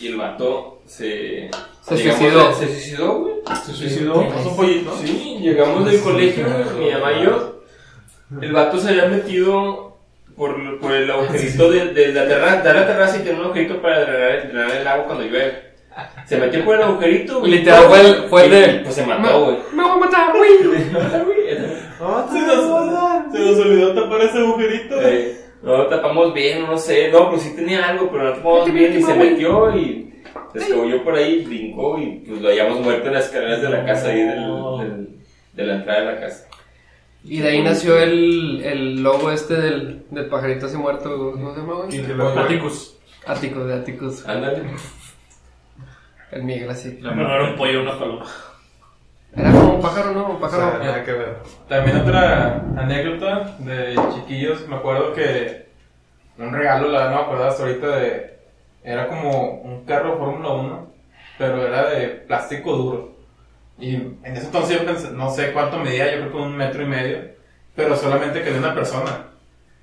E: y el vato se.
C: Se
E: llegamos
C: suicidó.
E: de- se suicidó, güey.
F: ¿Se suicidó? ¿Es un pollito?
E: Sí, llegamos del colegio, güey, mi mamá y yo. El vato se había metido por, por el agujerito de, de la terraza, de la terraza y tiene un agujerito para drenar, drenar el agua cuando llueve. Se metió por el agujerito, güey.
A: Literal, fue el- fue el
E: Y-
A: de-
E: Pues se
C: Me,
E: mató, güey.
C: me voy a matar, güey.
E: Se nos- se nos olvidó tapar ese agujerito. Eh, no, tapamos bien, no sé. No, pues sí tenía algo, pero no tapamos bien y se metió y descolló por ahí, brincó y pues lo hayamos muerto en las escaleras de la casa ahí del- del- de la entrada de la casa.
C: Y de ahí nació el, el logo este del, del pajarito así muerto, güey. ¿cómo se llama, güey?
B: Platicus.
C: Áticos, de Áticos.
E: Ándale.
C: El Miguel así.
B: La mano era un pollo, una paloma.
C: Era como un pájaro, ¿no? Un
G: O sea,
C: pájaro.
G: nada que ver.
F: También otra anécdota de chiquillos, me acuerdo que un regalo, la verdad, no me acuerdo hasta ahorita de... Era como un carro Fórmula 1, pero era de plástico duro. Y en ese entonces yo pensé, no sé cuánto medía, yo creo que un metro y medio, pero solamente quedé una persona.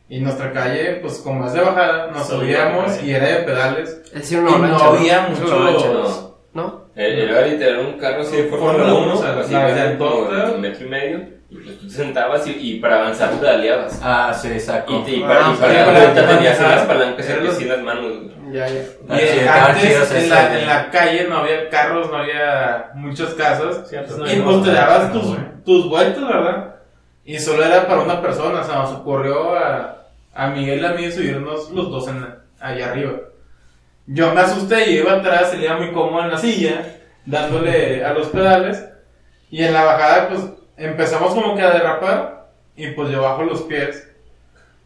F: Y nuestra calle, pues como es de bajada, nos
B: Subía,
F: subíamos
B: güey.
F: y era de pedales.
C: Es decir,
F: Y
C: una
F: no
C: avalancha,
F: había
C: Es una
F: mucho-
C: avalancha,
E: No,
C: ¿No?
E: eh, era literal un carro así de Fórmula
F: Fórmula
E: 1,
F: uno,
E: o sea, así
F: la
E: grande, como
F: llantota.
E: de un metro y medio. Y pues tú te sentabas y, y para avanzar te pedaleabas.
D: Ah, sí, exacto.
E: Y, te- y para, y Pues para
F: sí,
E: la vuelta
F: Ah, para
E: tenías
F: avanzar.
E: las palancas
F: Era
E: aquí
F: los-
E: así en las manos. güey.
C: Ya, ya.
F: Y eh, antes en la, en la calle no había carros, no había muchas casas. y pues te dabas tus, tus vueltas, ¿verdad? Y solo era para una persona. O sea, nos ocurrió a, a Miguel y a mí subirnos los dos en la- allá arriba. Yo me asusté y iba atrás, se le iba muy cómodo en la silla, dándole a los pedales. Y en la bajada, pues empezamos como que a derrapar. Y pues yo bajo los pies.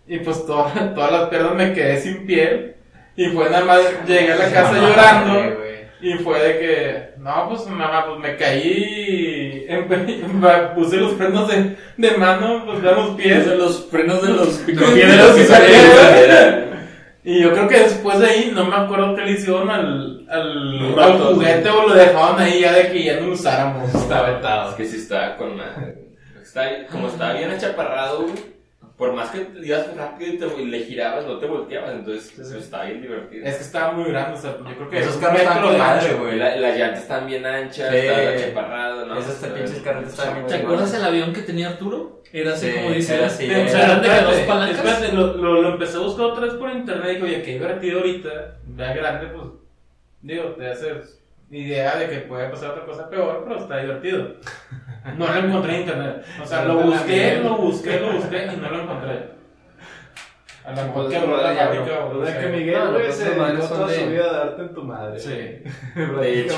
F: Y pues toda- todas las piernas me quedé sin piel. Y fue nada más, llegué a la casa llorando. Y fue de que, no, pues mamá, pues me caí y empe- me puse los frenos de, de mano, pues de los pies.
B: los frenos de los
F: piedras que salían.
E: Era-
F: Y yo creo que después de ahí, no me acuerdo qué le hicieron al, al, al
B: Ratos,
F: juguete o lo dejaron ahí ya de que ya no lo usáramos. Está vetado.
E: Es que sí estaba con madre. Está, como estaba bien achaparrado, güey, por más que te ibas rápido y, te- y le girabas, no te volteabas, entonces pues, estaba bien divertido.
F: Es que estaba muy grande, o sea, yo creo que
D: Esos
F: un
D: carros
F: metro
D: están con
F: de
D: madre,
F: ancho.
E: Güey,
D: güey.
E: la- las llantas están bien anchas,
D: Sí.
E: estaba achaparrado, ¿no?
D: Esos
E: Pero-
D: pinches carretes estaban bien
B: ¿Te acuerdas el avión que tenía Arturo? Era así
D: Sí,
B: como dice.
D: era así,
B: o sea,
D: era-
B: eran de que dos
F: Espérate,
B: palancas.
F: espérate, lo, lo, lo empecé a buscar otra vez por internet y digo, oye, qué divertido ahorita. Vea grande, pues, digo, te haces idea de que puede pasar otra cosa peor, pero está divertido. No lo encontré en internet. O sea, lo busqué, lo busqué, lo busqué y no lo encontré. A lo mejor
G: Pues,
F: que habló la fábrica o
G: O
F: no
G: sea, que
F: sé.
G: Miguel,
C: No, no,
G: güey,
C: pues,
G: se
C: esas madres
G: dedicó
C: son
G: toda
C: de-
G: su vida a darte en tu madre.
F: Sí.
E: De hecho,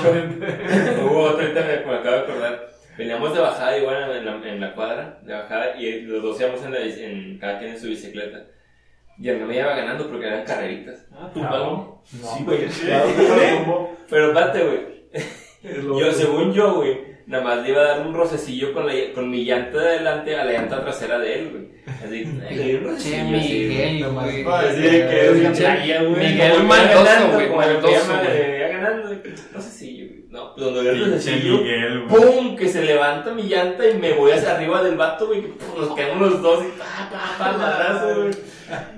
E: hubo otra internet que me acabo de acordar. Veníamos de bajada igual en la, en la cuadra, de bajada, y los dos íbamos en, la, bici- en cada quien en su bicicleta. Y el me iba ganando porque eran carreritas.
B: Ah, tu balón.
E: Sí, güey.
G: Claro que se lo tomó.
E: Pero espérate, güey.
G: Es lo
E: Yo,
G: único.
E: según yo, güey, nada más le iba a dar un rocecillo con, la, con mi llanta de delante a la llanta trasera de él, güey. Así, le di
C: Che,
E: un rocecillo. así, güey.
C: Miguel, güey.
G: Ah, sí, que es bien playa, güey.
C: Miguel
E: Como iba
C: Maldoso,
E: ganando,
C: güey.
E: como el
C: Maldoso,
E: tema
C: güey.
E: de iba ganando, güey. Rocecillo, güey. No, pues donde veo el
H: Pinche
E: rocecillo.
H: Miguel, güey.
E: ¡Pum! Que se levanta mi llanta y me voy hacia arriba del vato, güey. que pum, Nos caemos los dos y pa, pa, pa, madrazo, güey.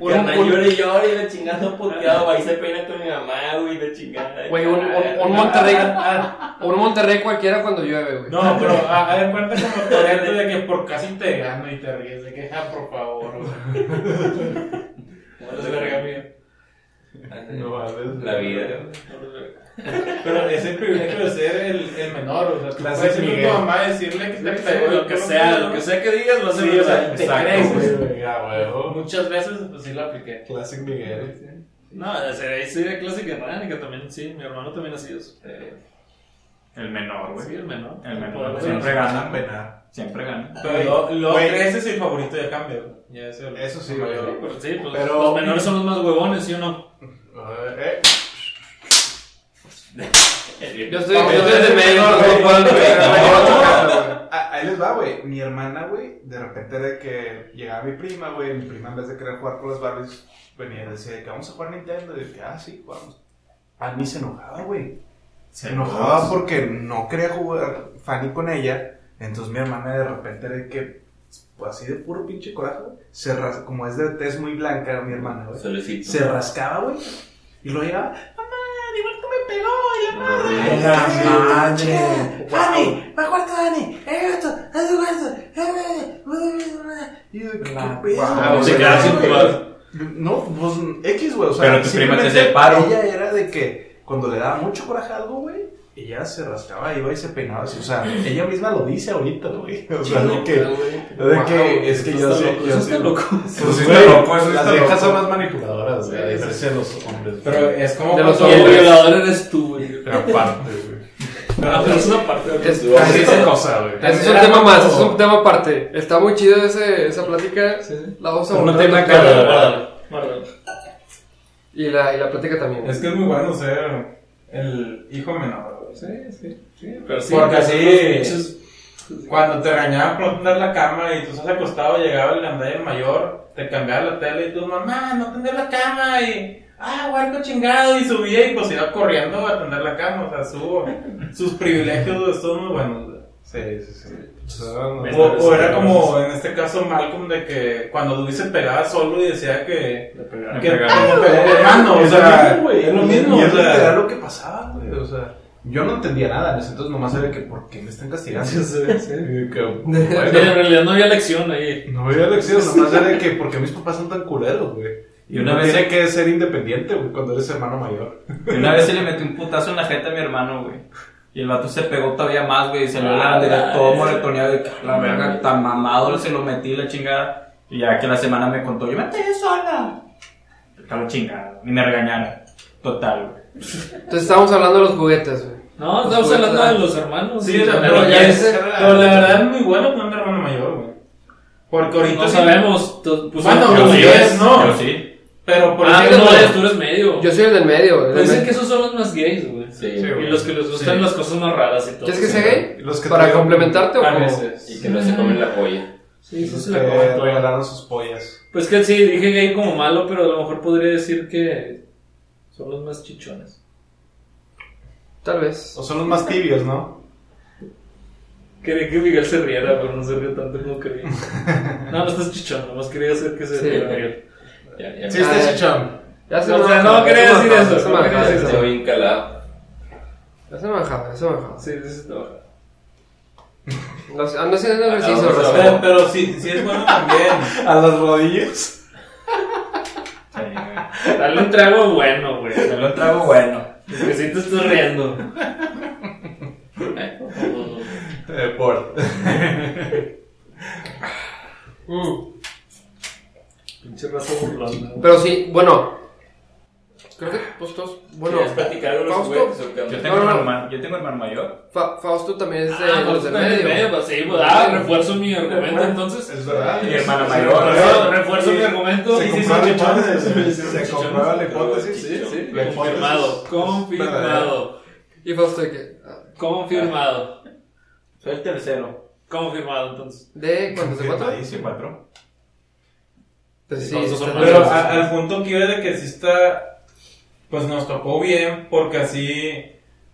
C: Un-
E: Carnal,
C: un-
E: llora y llora y la chingada está puteado, va y se peina con mi mamá, güey, la chingada.
C: Güey, un, un- un Monterrey. ah, Un Monterrey cualquiera cuando llueve, güey.
F: No, pero a, de cuenta como Toreto de que por casi te gano y te ríes, de que, ah, por favor. güey.
E: No se verga mía.
G: No mames.
E: La vida,
F: Pero es el privilegio de ser el, el menor, o sea, tú
G: Gracias,
F: puedes ir con
G: Miguel.
F: tu mamá y decirle que te pegó.
B: Lo que sea, lo que sea que digas, va a ser
F: Sí, o sea, te
G: Exacto,
F: crees, güey.
G: güey, a huevo.
F: Muchas veces, pues sí lo apliqué.
G: Classic Miguel.
B: No, o sea, ahí sería clásica orgánica también, sí. Mi hermano también hacía eso.
H: El menor,
B: Sí,
H: güey.
B: el menor.
H: El menor.
B: pues, Por-
H: Siempre ganan, güey. Siempre ganan.
F: Pero lo, lo
G: Güey.
F: creces y el favorito ya cambia. güey. Ya es el-
G: Eso sí,
F: el mayor.
G: güey.
B: Pues sí, pues
G: Pero-
B: los menores son los más huevones, ¿sí o no?
G: A ver, eh.
C: Yo estoy, yo
F: Este
C: estoy desde México, no
G: güey,
C: puedo, güey.
G: Ah, Ahí les va, güey. Mi hermana, güey, de repente de que llegaba mi prima, güey, mi prima en vez de querer jugar con las Barbies, venía y decía de que vamos a jugar Nintendo. Y yo que, ah, sí, jugamos. A mí se enojaba, güey. Se enojaba
C: pues.
G: porque no quería jugar Fanny con ella. Entonces mi hermana de repente de que, pues así de puro pinche coraje, güey, se ras- como es de tez muy blanca mi hermana, güey.
E: Solicito.
G: Se rascaba, güey. Y luego llegaba, mamá, Diberto me pegó. Y la madre.
E: Ay,
G: la madre.
D: Wow.
G: Dani, va a cuarto, Dani. Eh, esto, haz tu cuarto. eh, eh". Y yo, ¿qué
F: La-
G: pedo?
F: wow.
G: Ah, güey?
B: Se quedaba sin jugar.
G: No, pues X, güey. O sea,
D: Pero tu prima te
G: simplemente
D: separó.
G: Ella era de que cuando le daba mucho coraje a algo, güey, ella se rascaba, iba y se peinaba. así, O sea, ella misma lo dice ahorita, güey. O sea, de que. De que es que yo sé. yo
B: Eso está
G: sé-
B: loco.
G: Pues sí,
D: Güey,
G: pero
D: pues,
G: las
D: está loco.
G: viejas son más manipuladoras, güey. A
F: Sí, sí,
G: diferencia de los hombres.
F: Pero es como
C: De los
B: Y
F: cuando-
B: el violador eres tú, güey.
G: Pero aparte, güey.
B: No, pero es una parte de
C: Es-
B: tu-
F: Así es la cosa, güey.
C: Ese es un tema más, es un tema aparte. Está muy chido ese, esa plática. La vamos a
F: No
C: abordar.
F: tiene nada que
B: Guárdalo,
F: ver.
B: guárdalo, guárdalo.
C: Y la, y la plática también.
F: Es que es muy bueno ser el hijo menor, güey. Sí, sí.
B: Pero sí,
F: Porque
B: los
F: así,
B: pinches-
F: cuando te regañaban por no tener la cámara y tú estás acostado, llegaba el andalla mayor, te cambiaba la tele y tú, mamá, no tener la cama y, ah, huerco chingado, y subía y pues iba corriendo a tener la cama, o sea, subo. Sus privilegios güey, son muy buenos, güey.
G: Sí, sí, sí.
F: O, o era como en este caso Malcolm de que cuando Dewey se pegaba solo y decía que...
H: Me
F: que
H: pegaba.
F: como pegó a mi hermano, o
G: Es
F: sea,
G: lo mismo, güey.
F: es lo mismo,
G: Y
F: o
G: es literal
F: sea,
G: lo que pasaba, güey. O sea, yo no entendía nada. En ese entonces nomás era que, ¿por qué me están castigando? Y que,
B: Sí, en
G: bueno,
B: realidad no había lección ahí.
G: no veía lecciones. Nomás era que, ¿por qué mis papás son tan culeros, güey? Y una vez tiene que ser independiente, güey, cuando eres hermano mayor.
D: Y una vez se le metió un putazo en la jeta a mi hermano, güey. Y el vato se pegó todavía más, güey. Y salió la bandera todo moretoneado de que la verga tan mamado, se lo metí la chingada. Y ya que la semana me contó, yo me pegué sola. Estaba chingada. Y me regañaron. Total, güey.
C: Entonces estábamos hablando de los juguetes, güey.
B: No, estamos
C: Pues,
B: hablando
C: ah.
B: de los hermanos.
F: Sí, o sea,
B: la
F: pero,
B: verdad,
F: ya
B: es-
F: es- pero la verdad es muy bueno poner un hermano mayor, güey. Porque ahorita
B: Pues, No
F: sí-
B: sabemos. to- Pues,
F: Bueno,
B: no,
F: los
B: no,
F: sí,
B: eres-
F: es, no.
D: Yo sí.
F: Pero por
B: Ah,
F: ejemplo,
B: no, eres- tú eres medio.
C: Yo soy el del medio, güey.
F: Pues
B: Pero
C: del
B: Dicen
C: medio.
B: que esos son los más gays, güey.
E: Sí,
G: Sí,
B: Y
G: güey.
B: los que les gustan las cosas más raras y todo.
C: ¿Quieres que sea gay?
G: Los que
C: ¿Para
G: tuvieron-
C: complementarte o
F: a
C: como?
F: veces.
E: Y que no se comen la polla.
B: Sí, eso
G: Los
B: se
G: que
B: la comen toda.
G: regalaron sus pollas.
B: Pues que sí, dije gay como malo, pero a lo mejor podría decir que son los más chichones.
C: Tal vez.
G: O son los más tibios, ¿no?
B: Quería que Miguel se riera, pero no se rió tanto como quería. No, no estás chichón, nomás quería hacer que se
C: Sí.
B: riera Miguel.
E: Ya, ya.
G: Sí,
E: me-
G: está
C: Ah,
G: chichón.
C: Ya se
B: O
C: me
B: sea,
C: bajaba,
B: no quería
C: ya se me
B: decir
C: bajaba,
B: eso,
C: ya se me
B: no
C: bajaba,
B: quería
C: ya se me
E: Estoy bien calado.
C: bajaba. Ya se me bajaba, ya se me bajaba.
B: Sí, sí, sí, trabaja.
C: Los- Ando haciendo ejercicio,
E: vamos a
C: Rosa.
F: Pero, pero sí, sí es bueno también.
G: A las rodillas.
D: Sí, güey.
B: Dale un trago bueno, güey.
D: Me lo trago bueno.
B: Es que sí te estás riendo.
G: Eh, por.
B: Mm. Pinche raza burlona. güey.
C: Pero sí, bueno. Creo que pues todos. Bueno,
E: ¿Quieres platicar de los
C: Fausto.
E: juguetes o qué onda?
D: Yo tengo,
C: No, no, no.
D: hermano, ma- yo tengo hermano mayor.
C: Fa- Fausto también es de
B: Ah,
C: los
B: pues,
C: del
B: está en el medio,
C: medio.
B: pues, sí, pues, ah, refuerzo mi argumento entonces.
G: Es verdad.
D: Mi hermana
G: Sí,
D: mayor.
G: sí,
B: Refuerzo- Refuerzo mi argumento.
G: Se
B: Sí, sí,
G: comprueba
B: sí,
G: la
B: chichón. Sí,
G: hipótesis. Se
B: sí,
G: comprueba la
E: chichón.
G: hipótesis.
B: Sí, sí,
G: La hipótesis
B: confirmado,
G: es
B: confirmado,
C: Y Fausto de que. ah,
B: confirmado,
D: Soy el tercero.
B: confirmado entonces.
C: ¿De cuántos? ¿De cuatro?
G: Confirmadísimo.
D: Sí, cuatro.
C: Entonces sí,
B: Fausto son
C: está-
B: más
F: Pero
B: Sí, sí,
F: a- al punto que iba de que sí está, pues nos tocó bien, porque así,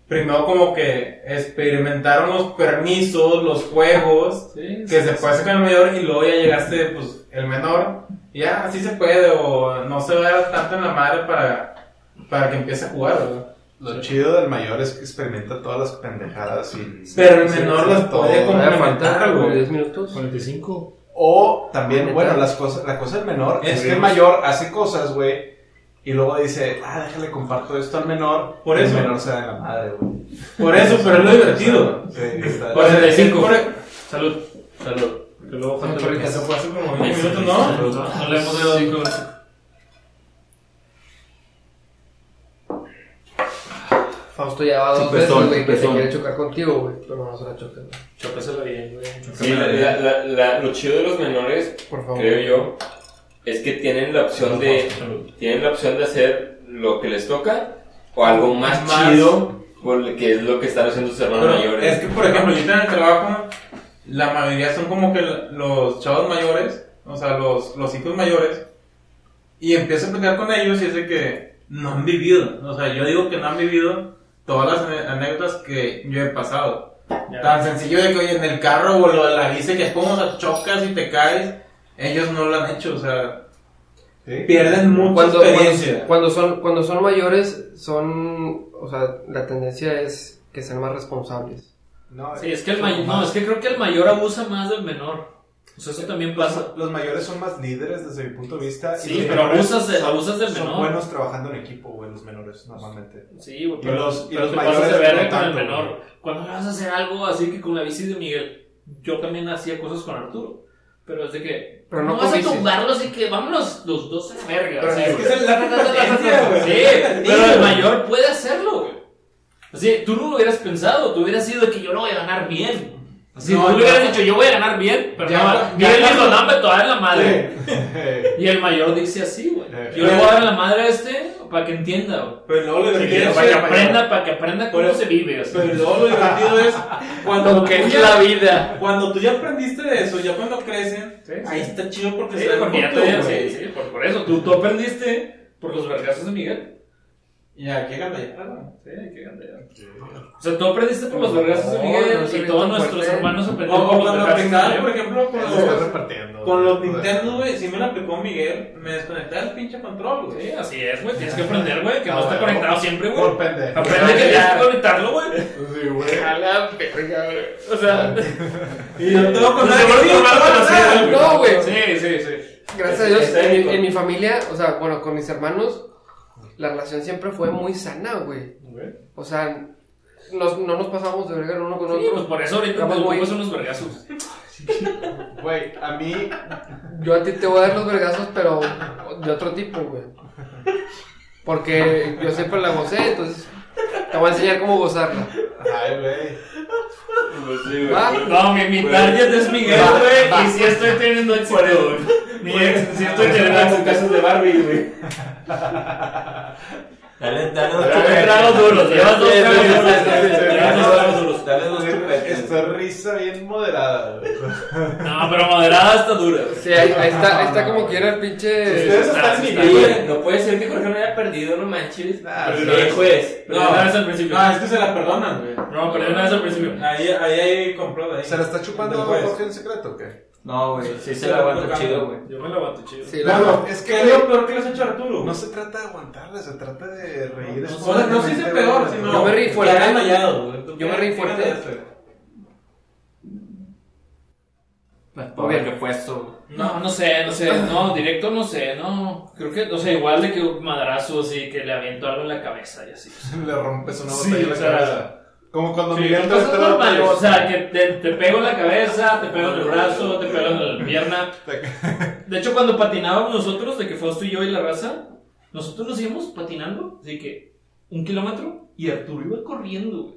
F: primero como que experimentaron los permisos, los juegos,
B: Sí,
F: que se puede hacer con el mayor y luego ya llegaste, pues, el menor, y ya, así se puede, o no se vea tanto en la madre para, para que empiece a jugar, ¿verdad?
G: Lo chido del mayor es que experimenta todas las pendejadas y...
F: Pero el menor las puede
G: todo.
C: Todavía
F: complementar,
C: faltan como
F: güey.
C: 10 minutos.
B: 45.
G: O también, bueno, las cosas, la cosa del menor es que el mayor hace cosas, güey, y luego dice, ah, déjale comparto esto al menor.
F: Por
G: y
F: eso.
G: El menor se da en la madre, güey.
F: Por eso, pero es lo divertido.
G: Sí, está.
F: O sea, es
B: 45.
F: por-
B: Salud, salud. Que luego falta la
F: Eso
B: casa.
F: fue hace como 20 minutos, ¿no?
B: No le hemos dado con
C: Fausto ya va dos veces,
D: Chupezón,
C: güey, que se
D: chupezón.
C: quiere chocar contigo, güey. Pero no se la choca, güey.
B: Chócasela bien, güey.
E: Sí, la- la- la- la- lo chido de los menores,
C: Por favor.
E: creo yo, es que tienen la opción de tienen la opción de hacer lo que les toca o algo más,
F: Más.
E: chido Porque es lo que están haciendo sus hermanos
F: Pero
E: mayores.
F: es que, por ejemplo, ahorita en el trabajo, la mayoría son como que los chavos mayores, o sea, los, los hijos mayores, y empiezo a platicar con ellos y es de que no han vivido. O sea, yo digo que no han vivido todas las ane- anécdotas que yo he pasado. Tan sencillo de que, oye, en el carro o lo de la bici, que es como o sea, chocas y te caes, ellos no lo han hecho, o sea,
G: ¿Sí?
F: pierden mucha
C: cuando,
F: experiencia.
C: cuando, cuando son, cuando son mayores, son, o sea, la tendencia es que sean más responsables.
G: No, eh,
B: Sí, es que el mayor, no, es que creo que el mayor abusa más del menor. O sea, eso también pasa.
G: Los mayores son más líderes desde mi punto de vista. y
B: Sí,
G: los
B: pero
G: menores
B: abusas, de- abusas del
G: Son
B: menor.
G: buenos trabajando en equipo, güey, los menores, normalmente.
B: Sí, güey,
G: Y
B: pero,
G: los- y
B: pero
G: los
B: te pasas
G: mayores
B: de verga
G: no
B: con el
G: tanto,
B: menor. Cuando le vas a hacer algo así que con la bici de Miguel, yo también hacía cosas con Arturo. Pero es de que.
C: Pero no
B: no vas
C: con
B: a
C: bicis.
B: tumbarlos y que vámonos los dos a la verga.
F: Pero
B: sí,
F: es que
B: güey.
F: esa es la competencia, güey.
B: Sí, pero el mayor puede hacerlo, güey. Así, tú no lo hubieras pensado, tú hubieras sido de que yo lo voy a ganar bien. Así,
F: No,
B: tú
F: ya.
B: hubieras dicho, yo voy a ganar bien, pero
F: Ya,
B: no,
F: ya,
B: Miguel
F: ya.
B: dijo, no, me toda la madre.
G: Sí.
B: Y el mayor dice así, güey.
G: Eh,
B: Yo le voy a dar la madre a este para que entienda, güey.
F: Pero luego lo divertido,
B: para que
F: es-
B: aprenda, para que aprenda cómo
F: Pero-
B: se vive, así.
F: pero luego lo divertido es cuando
B: Lo que
F: tú
B: es
F: ya-
B: la vida.
F: Cuando tú ya aprendiste de eso, ya cuando crecen,
B: Sí,
F: ahí está chido porque
B: Sí,
F: se dan
B: porque ya
F: juntos,
B: te digo,
F: güey.
B: sí, sí, por, por eso, tú, tú aprendiste por los vergazos de Miguel.
F: Y aquí gana
B: Sí, qué grande. O sea, tú aprendiste por los vergazos de
C: No,
B: Miguel
C: no se
B: y
C: ve
B: todos
C: tan
B: nuestros
C: fuerte.
B: hermanos
F: O,
B: aprendieron por
F: o
B: los
F: cuando
B: vergazos de
F: aplicaba, por
B: Miguel.
F: ejemplo, con
G: Se está
F: los,
G: repartiendo.
F: con los
G: Joder.
F: Nintendo, güey, si me la aplicó Miguel, me desconectaba el pinche control, güey.
B: Sí, así es, güey. Tienes que aprender, güey, que
G: Ah,
B: no esté
G: bueno.
B: conectado siempre, güey.
G: Por pendejo.
B: Aprende que tienes que conectarlo, güey.
G: Sí, güey.
B: O sea,
F: Y yo todo con
B: de
F: nadie,
B: seguro
F: sí,
B: tu hermano
F: todo nada.
B: conocía,
C: No, güey.
B: Sí, sí, sí.
C: Gracias a
E: Es-
C: Dios,
E: es
C: en, mi-
E: técnico.
C: en mi familia, o sea, bueno, con mis hermanos, la relación siempre fue muy sana, güey. O sea, nos- no nos pasábamos de verga el uno con
B: Sí, pues
C: otro.
B: por eso ahorita
C: Vamos,
B: te
C: güey.
B: ocupas unos vergazos.
G: Güey, a mí.
C: Yo a ti te voy a dar los vergazos, pero de otro tipo, güey. Porque yo siempre la gocé, entonces te voy a enseñar cómo gozarla. Ah,
G: Ay, güey.
E: Pues sí, güey.
C: ¿Va?
B: No, mi, mi target es Miguel,
C: Va,
B: güey,
C: va.
B: y si estoy teniendo éxito, güey. Mi ex, si estoy teniendo
E: Como
B: éxito.
E: casos de Barbie, güey.
D: Dale, dale dos
B: Tres tragos duros, llevas dos tragos duros. Llevas dos tragos duros.
D: Dale dos
G: Esta risa bien moderada, güey.
B: No, pero moderada está dura. güey.
C: Sí, ahí, ahí está, ahí está como quiera el pinche.
G: Ustedes están en mi
B: Sí,
G: liga.
E: Oye, no puede ser que Jorge no haya perdido, no manches.
G: Ah,
E: sí,
G: sí.
E: pues.
B: Pero de una vez al principio.
F: No, es que se la perdonan, güey.
B: No, pero de una vez al principio.
F: Ahí, ahí, ahí compró, ahí.
G: ¿Se la está chupando
F: Del juez.
G: Jorge en secreto o qué?
D: No, güey, sí se la aguanta chido, güey.
B: Yo me lo aguanto chido.
C: Sí, la-
G: Claro, es
F: ¿Qué
G: que
F: es lo peor que les ha hecho a Arturo?
G: no se trata de aguantarla, se trata de reír.
F: No, no, Pues, no sé si es peor, sino.
C: Yo me reí fuerte.
F: que hayan hallado, güey.
C: Yo me reí fuerte.
F: ¿Qué haces?
D: Pobre que fue eso.
B: No, no sé, no sé, no, directo no sé, no. Creo que, o sea, igual de que un madrazo así, que le aviento algo en la cabeza y así.
G: Le rompes una
B: Sí,
G: botella en
B: o
G: la
B: sea,
G: cabeza. Como cuando
B: Sí,
G: Miguel
B: son
G: te
B: cosas
G: aventó la
B: normales,
G: botella.
B: o sea, que te, te pego en la cabeza, te pego en el brazo, te pego en la pierna. De hecho, cuando patinábamos nosotros, de que Fausto y yo y la raza, nosotros nos íbamos patinando, así que un kilómetro, y Arturo iba corriendo, güey,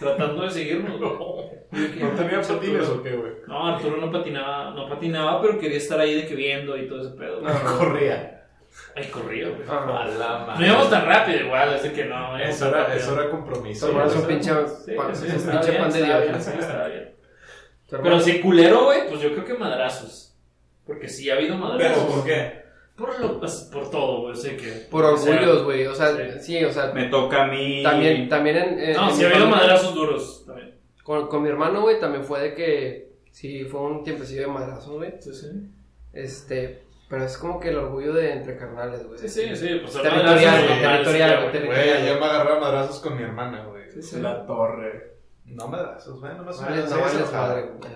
B: tratando de seguirnos.
G: ¿No tenía patines o
B: Arturo,
G: qué, güey?
B: no, Arturo no patinaba, no patinaba, pero quería estar ahí de que viendo y todo ese pedo. güey.
G: Ah, Corría.
B: Ay, corría, güey.
C: Ah,
B: No íbamos tan rápido igual, así que no. íbamos
G: Eso
B: tan
G: era,
B: rápido.
G: eso era compromiso.
C: Tu hermano es un
G: güey.
C: pinche
B: Sí,
C: pan,
B: sí,
C: es un
B: estaba
C: pinche
B: bien,
C: pan de
B: estaba
C: Dios.
B: bien, sí, estaba bien.
C: Tu hermano-
B: Pero si culero, güey, pues yo creo que madrazos. Porque sí ha habido madrazos.
F: ¿Pero por qué?
B: Por, lo, pues, por todo, güey. sé que.
C: Por
B: o sea,
C: orgullos, güey. O sea, sí, o sea,
D: Me toca a mí.
C: también, también en. en-
B: no,
C: en
B: sí
C: mi
B: ha habido
C: familia-
B: madrazos duros también.
C: Con, con mi hermano, güey, también fue de que. Sí, fue un tiempecillo de madrazos, güey.
B: Sí, sí.
C: Este. Pero es como que el orgullo de entre carnales, güey.
B: Sí, sí, sí. Pues,
C: Territorial,
B: madrazos
C: güey,
B: normales,
C: territorial,
B: sí,
C: güey,
B: güey.
G: Güey, ayer me agarré a madrazos con mi hermana, güey.
B: Sí, sí.
D: torre.
G: No madrazos, güey, no me
C: Vale,
G: suena.
C: No vales madre, güey.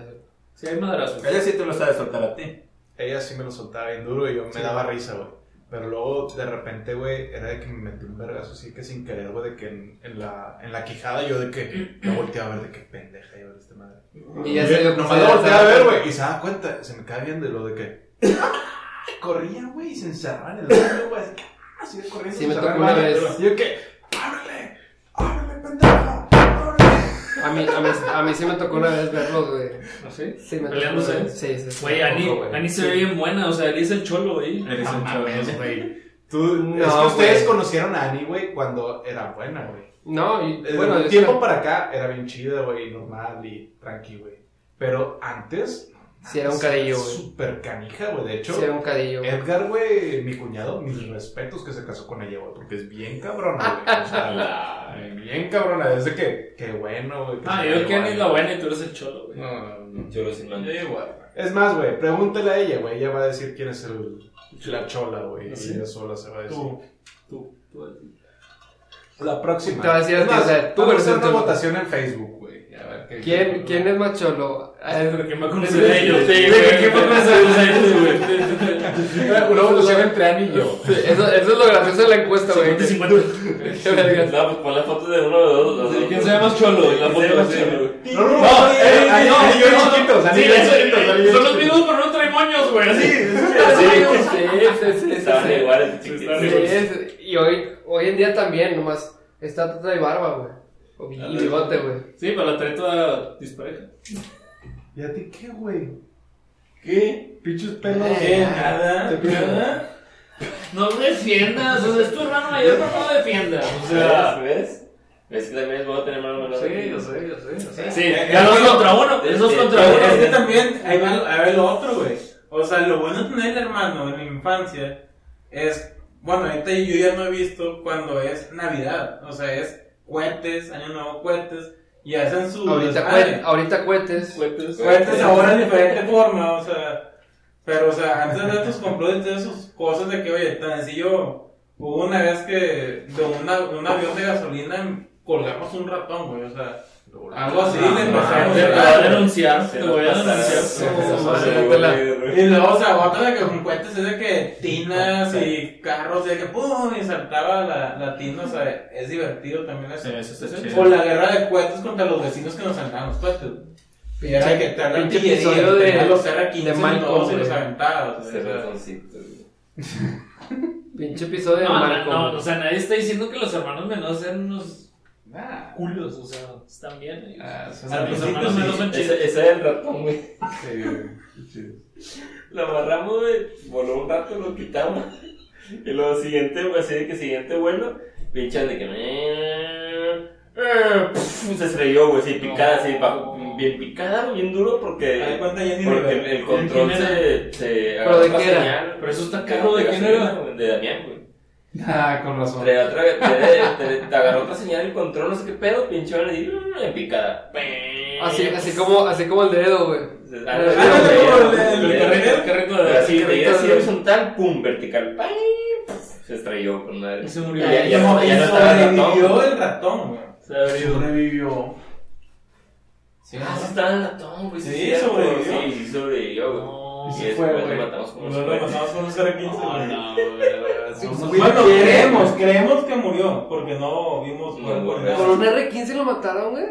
B: Sí, hay madrazos.
D: Ella sí te lo sabe soltar a ti.
G: Ella sí me lo soltaba bien duro y yo me daba risa, güey. Pero luego, de repente, güey, era de que me metí un vergazo así que sin querer, güey, de que en, en la, en la quijada yo de que me volteaba a ver de que pendeja iba a ver este madre.
C: Y ya se dio
G: Nomás
C: cuenta,
G: la
C: ya
G: volteaba a
C: sabe.
G: ver, güey, y se daba cuenta, se me cae bien de lo de que... Corría, güey, y se encerraba en el baño, güey. así, Así de corriendo,
C: Sí,
G: se
C: me
G: encerraba
C: tocó
G: en el
C: una
G: baño.
C: vez.
G: Y yo que, ábrele, ábrele, pendeja, ábrele.
C: A mí, a, mí, a mí sí me tocó una vez verlos, güey.
B: ¿No ¿Ah, sí?
C: Sí, me tocó. una
B: Peleándose.
C: vez. Sí, sí. sí.
B: Güey, Ani,
G: güey.
B: Ani se ve bien buena. O sea, Ani es el cholo, güey. Ah,
D: Eres un
G: Mames, güey. Tú,
C: No,
G: es que ustedes
C: güey.
G: conocieron a Annie, güey, cuando era buena, güey.
C: No, y,
G: Desde
C: bueno,
G: Eh, un
C: Eh, es
G: tiempo
C: que-
G: para acá era bien chida, güey, normal y tranqui, güey. Pero antes...
C: Sí, era un carillo, güey.
G: Súper canija, güey. De hecho,
C: sí, era un cadillo. güey.
G: Edgar, güey, mi cuñado, mis respetos que se casó con ella, güey, porque es bien cabrona, güey. O sea, la- bien cabrona, desde que, qué bueno, güey. que
B: Ah,
G: se
B: yo
G: lleva,
B: que ni
G: güey.
B: la buena y tú eres el cholo, güey.
G: No, no, no.
E: Yo lo sé, man.
G: Es más, güey, pregúntale a ella, güey, ella va a decir quién es el, la chola, güey,
B: Ah, Sí.
G: y ella sola se va a decir.
B: Tú, tú, tú.
G: La próxima.
C: Te va a decir a
G: es
C: ti,
G: más,
C: o sea, tú
G: vamos a
C: versus
G: hacer una
C: tú.
G: votación en Facebook, güey. a ver qué-
C: ¿Quién, ¿Quién es más cholo?
B: Pero que me conoce
C: Sí,
B: de ellos,
C: sí,
B: sí,
C: güey.
B: güey. ¿Qué me conoce de ellos, güey?
G: Una votación entre Ani y yo.
C: Sí, Eso, eso es lo gracioso de la encuesta, güey.
B: 50.
C: Qué vergas.
E: No, pues pon la foto de uno de los dos.
B: Sí, ¿Quién se ve más cholo? Y La foto
E: ¿Quién se ve más
B: así,
E: cholo?
B: güey.
G: No, no,
B: No,
G: no,
B: eh,
G: Ani-
B: no,
G: Ani y yo
B: no, no.
G: chiquitos,
B: Sí,
G: Ani y yo
B: eso-
G: chiquitos, Ani y yo
B: Son los
G: chiquitos.
B: mismos, pero no traen moños, güey.
G: Sí,
B: Así.
C: Sí, sí, sí, sí, sí,
E: Estaban
C: sí.
E: iguales,
B: Sí,
E: chiquitos.
B: estaban
C: Sí, es- y hoy, hoy en día también, nomás, está toda de barba, güey. O- Y bigote, güey.
B: Sí, pero la trae toda dispareja.
G: ¿Y a ti qué, güey?
F: ¿Qué?
G: Pichos pelos.
F: ¿Qué? ¿Nada?
G: Te pido.
F: ¿Nada?
B: No defiendas, o sea, es tu hermano mayor, pero no defiendas. O sea,
E: ¿Ves? ¿Ves? ¿Ves que también es bueno tener mano menor?
B: sí, yo sé, yo sé, yo sé. Sí,
F: Sí, eh,
B: ya dos
F: bueno,
B: contra uno, es dos
E: eh,
B: contra
F: Pero es
B: uno.
F: que también, ahí va, ahí va el otro, güey. O sea, lo bueno de tener el hermano en la infancia es, bueno, ahorita yo ya no he visto cuando es Navidad. O sea, es cohetes, año nuevo cohetes, y hacen su...
C: Ahorita,
B: Ah.
F: desmadre.
C: cue- ahorita cohetes.
F: Cuentes pues, ahora en diferente forma, o sea. Pero, o sea, antes de estos complotes, de sus cosas de que, oye, tan sencillo. Hubo una vez que de una, un avión de gasolina colgamos un ratón, güey, o sea. Algo
B: Ah,
F: así le pasamos.
B: Te voy a denunciar, te voy a
E: Se
B: denunciar.
E: empezó a
C: Sí,
E: hacer
C: güey.
E: güey.
F: Y luego, o sea, otra de que con cuentes es de que tinas y carros, y de que pum, y saltaba la, la tina, o sea, es divertido también eso.
D: eso está chido.
F: O la guerra de cuentos contra los vecinos que nos andaban los cuentos. Y era
C: Pinche-
F: que te
C: pinche
F: arranquillería,
C: episodio de-
F: tenían los R15
C: de
F: y
C: Malcolm,
F: todos y
C: güey.
F: los aventados. o sea,
E: Ese ratoncito, güey.
C: Pinche episodio de
B: No, no,
C: Marco.
B: no,
C: güey.
B: o sea, nadie está diciendo que los hermanos menores sean unos culos, o sea, están bien. ellos.
F: Ah, al
B: los
F: principio
B: hermanos
F: sí.
B: menores son chidos.
E: Ese ese era el ratón, güey. Lo amarramos, güey, voló un rato, lo quitamos. Y lo siguiente, güey, así de que siguiente vuelo, pinche de que. eh, pf, Se estrelló, güey, así picada, así bajo, bien picada, güey, bien duro,
F: Ahí
E: porque,
F: cuenta Jenny Rivera.
E: porque el control
B: ¿De quién
E: se, se
C: ¿Pero de
E: agarró
C: qué
E: la
C: era?
E: señal.
B: Pero eso está caro, ¿de quién
E: gasolina,
B: era?
E: güey, De Damián, güey.
I: Ah, con razón.
E: Traía otra vez, te, te- te agarró otra señal el control, no sé qué pedo, pinche vale, y mm, picada.
C: Así, así, como, así como el dedo, güey.
B: El carrito, el carrito de
E: Pero así,
B: así.
E: de ir así horizontal, pum, vertical, ¡pam! Se estrelló con madre.
B: Y se murió.
E: Ya, ya
F: No,
E: no, ya
F: y
E: no estaba el ratón.
F: sobrevivió el ratón, güey.
B: Se ha abrido.
F: Sobrevivió. Sí,
E: Ah, sí
F: no.
E: estaba el ratón, güey.
F: Sí,
E: cierto,
F: sobrevivió.
E: Sí, sí sobrevivió, güey.
B: No,
E: Y
F: se
E: después
F: fue,
E: lo
F: güey.
E: matamos con unos
F: Nos lo
E: cohetes.
F: pasamos con un R15.
C: Ah,
B: no,
F: güey.
B: no, güey. somos-
F: Bueno, creemos, creemos que murió, porque no vimos
E: No,
F: cuerpo
E: güey.
F: real.
C: Con un R15 lo mataron, güey.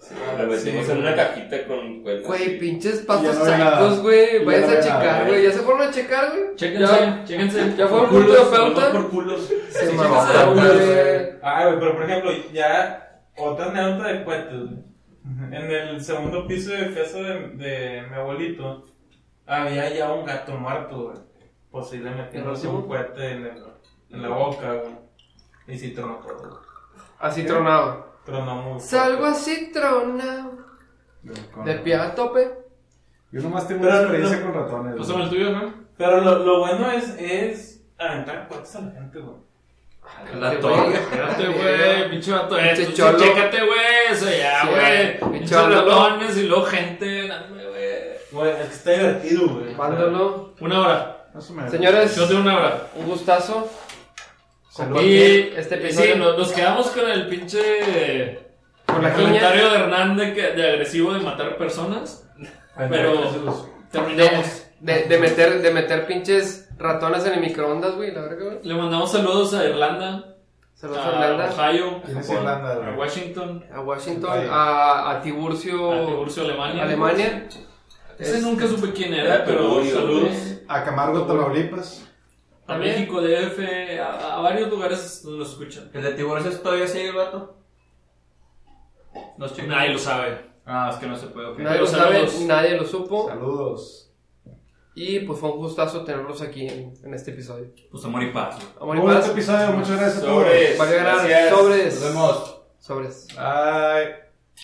E: Sí, Lo metimos en una cajita con cohetes.
C: Güey, pinches
I: Ya
C: patos
I: no ve
C: sacos,
I: nada.
C: güey.
I: Ya
C: Vayan
I: no ve
C: a
I: nada, eh.
C: checar,
E: güey.
C: güey. Ya se fueron a checar, güey.
B: Chéquense, chéquense.
C: ya fue
B: Por
C: un punto
B: culos,
C: de pauta.
B: por culos.
C: Se
E: ya
C: mamaron,
E: se
C: güey.
F: Ah, güey, pero por ejemplo, ya otra anécdota de cuentos. güey. En el segundo piso de casa de, de mi abuelito había ya un gato muerto, güey. Pues Posiblemente
C: ¿En
F: metiéndose un
C: Rosimo?
F: cohete en, el- en la boca, güey. Y sí tronó todo. güey.
C: Así tronado.
F: Tronó muy fuerte.
C: Salgo así tronado. De pie a tope.
G: Yo nomás tengo
F: Pero
G: una
F: no,
G: experiencia
F: no.
G: con ratones. güey.
B: Pásame el tuyo, ¿no?
F: Pero lo, lo bueno es, es aventar cohetes a la gente, güey.
C: Te
B: Toma,
C: voy a-
B: Espérate, güey, pinche vato. eh,
C: Pinche
B: tú sí
C: cholo.
B: Chécate, güey, eso ya,
C: Sí,
B: güey.
C: pinche
B: Pinche
C: vándalo.
B: ratones y luego gente. dame, güey.
F: Güey, es que está divertido, güey.
C: Vándolo.
B: Una hora.
G: Más o menos.
C: Señores,
B: Yo tengo una hora.
C: un gustazo.
B: Y
C: Compartir este episodio.
B: sí, nos, nos quedamos con el pinche
C: Con la quiña.
B: comentario de Hernández que- de agresivo de matar personas. Pero
C: De,
B: terminamos.
C: de, de meter, de meter pinches ratones en el microondas, güey. La verga, güey.
B: Le mandamos saludos a Irlanda,
C: Saludos
D: Ah,
B: a
C: a Irlanda,
B: Ah, Ohio,
G: ¿Quién es
E: Japón.
G: Irlanda,
B: a
G: güey?
B: Washington,
C: a Washington,
G: Ahí.
C: a, a
D: Oh.
C: Tiburcio,
B: a Tiburcio, Alemania.
C: Alemania.
B: Ese
C: Es-
B: nunca supe quién
E: Era
B: era, pero
E: turbio,
B: saludos.
E: güey.
G: A Camargo, Tamaulipas.
B: A
C: También.
B: México, DF, a, a varios lugares nos escuchan.
F: ¿El de tiburones todavía sigue el vato?
D: No estoy-
B: Nadie lo sabe.
D: Ah, es que no se puede. ok.
C: Nadie
B: Pero
C: lo sabe,
B: saludos.
C: nadie lo supo.
G: Saludos.
C: Y pues fue un gustazo tenerlos aquí en, en este episodio.
D: Pues amor y paz. güey.
C: Amor y
G: Bonito
C: paz.
G: episodio, muchas gracias a todos.
E: Sobres.
C: Valió ganar.
E: Gracias.
C: Sobres.
D: Nos vemos.
C: Sobres.
G: Bye.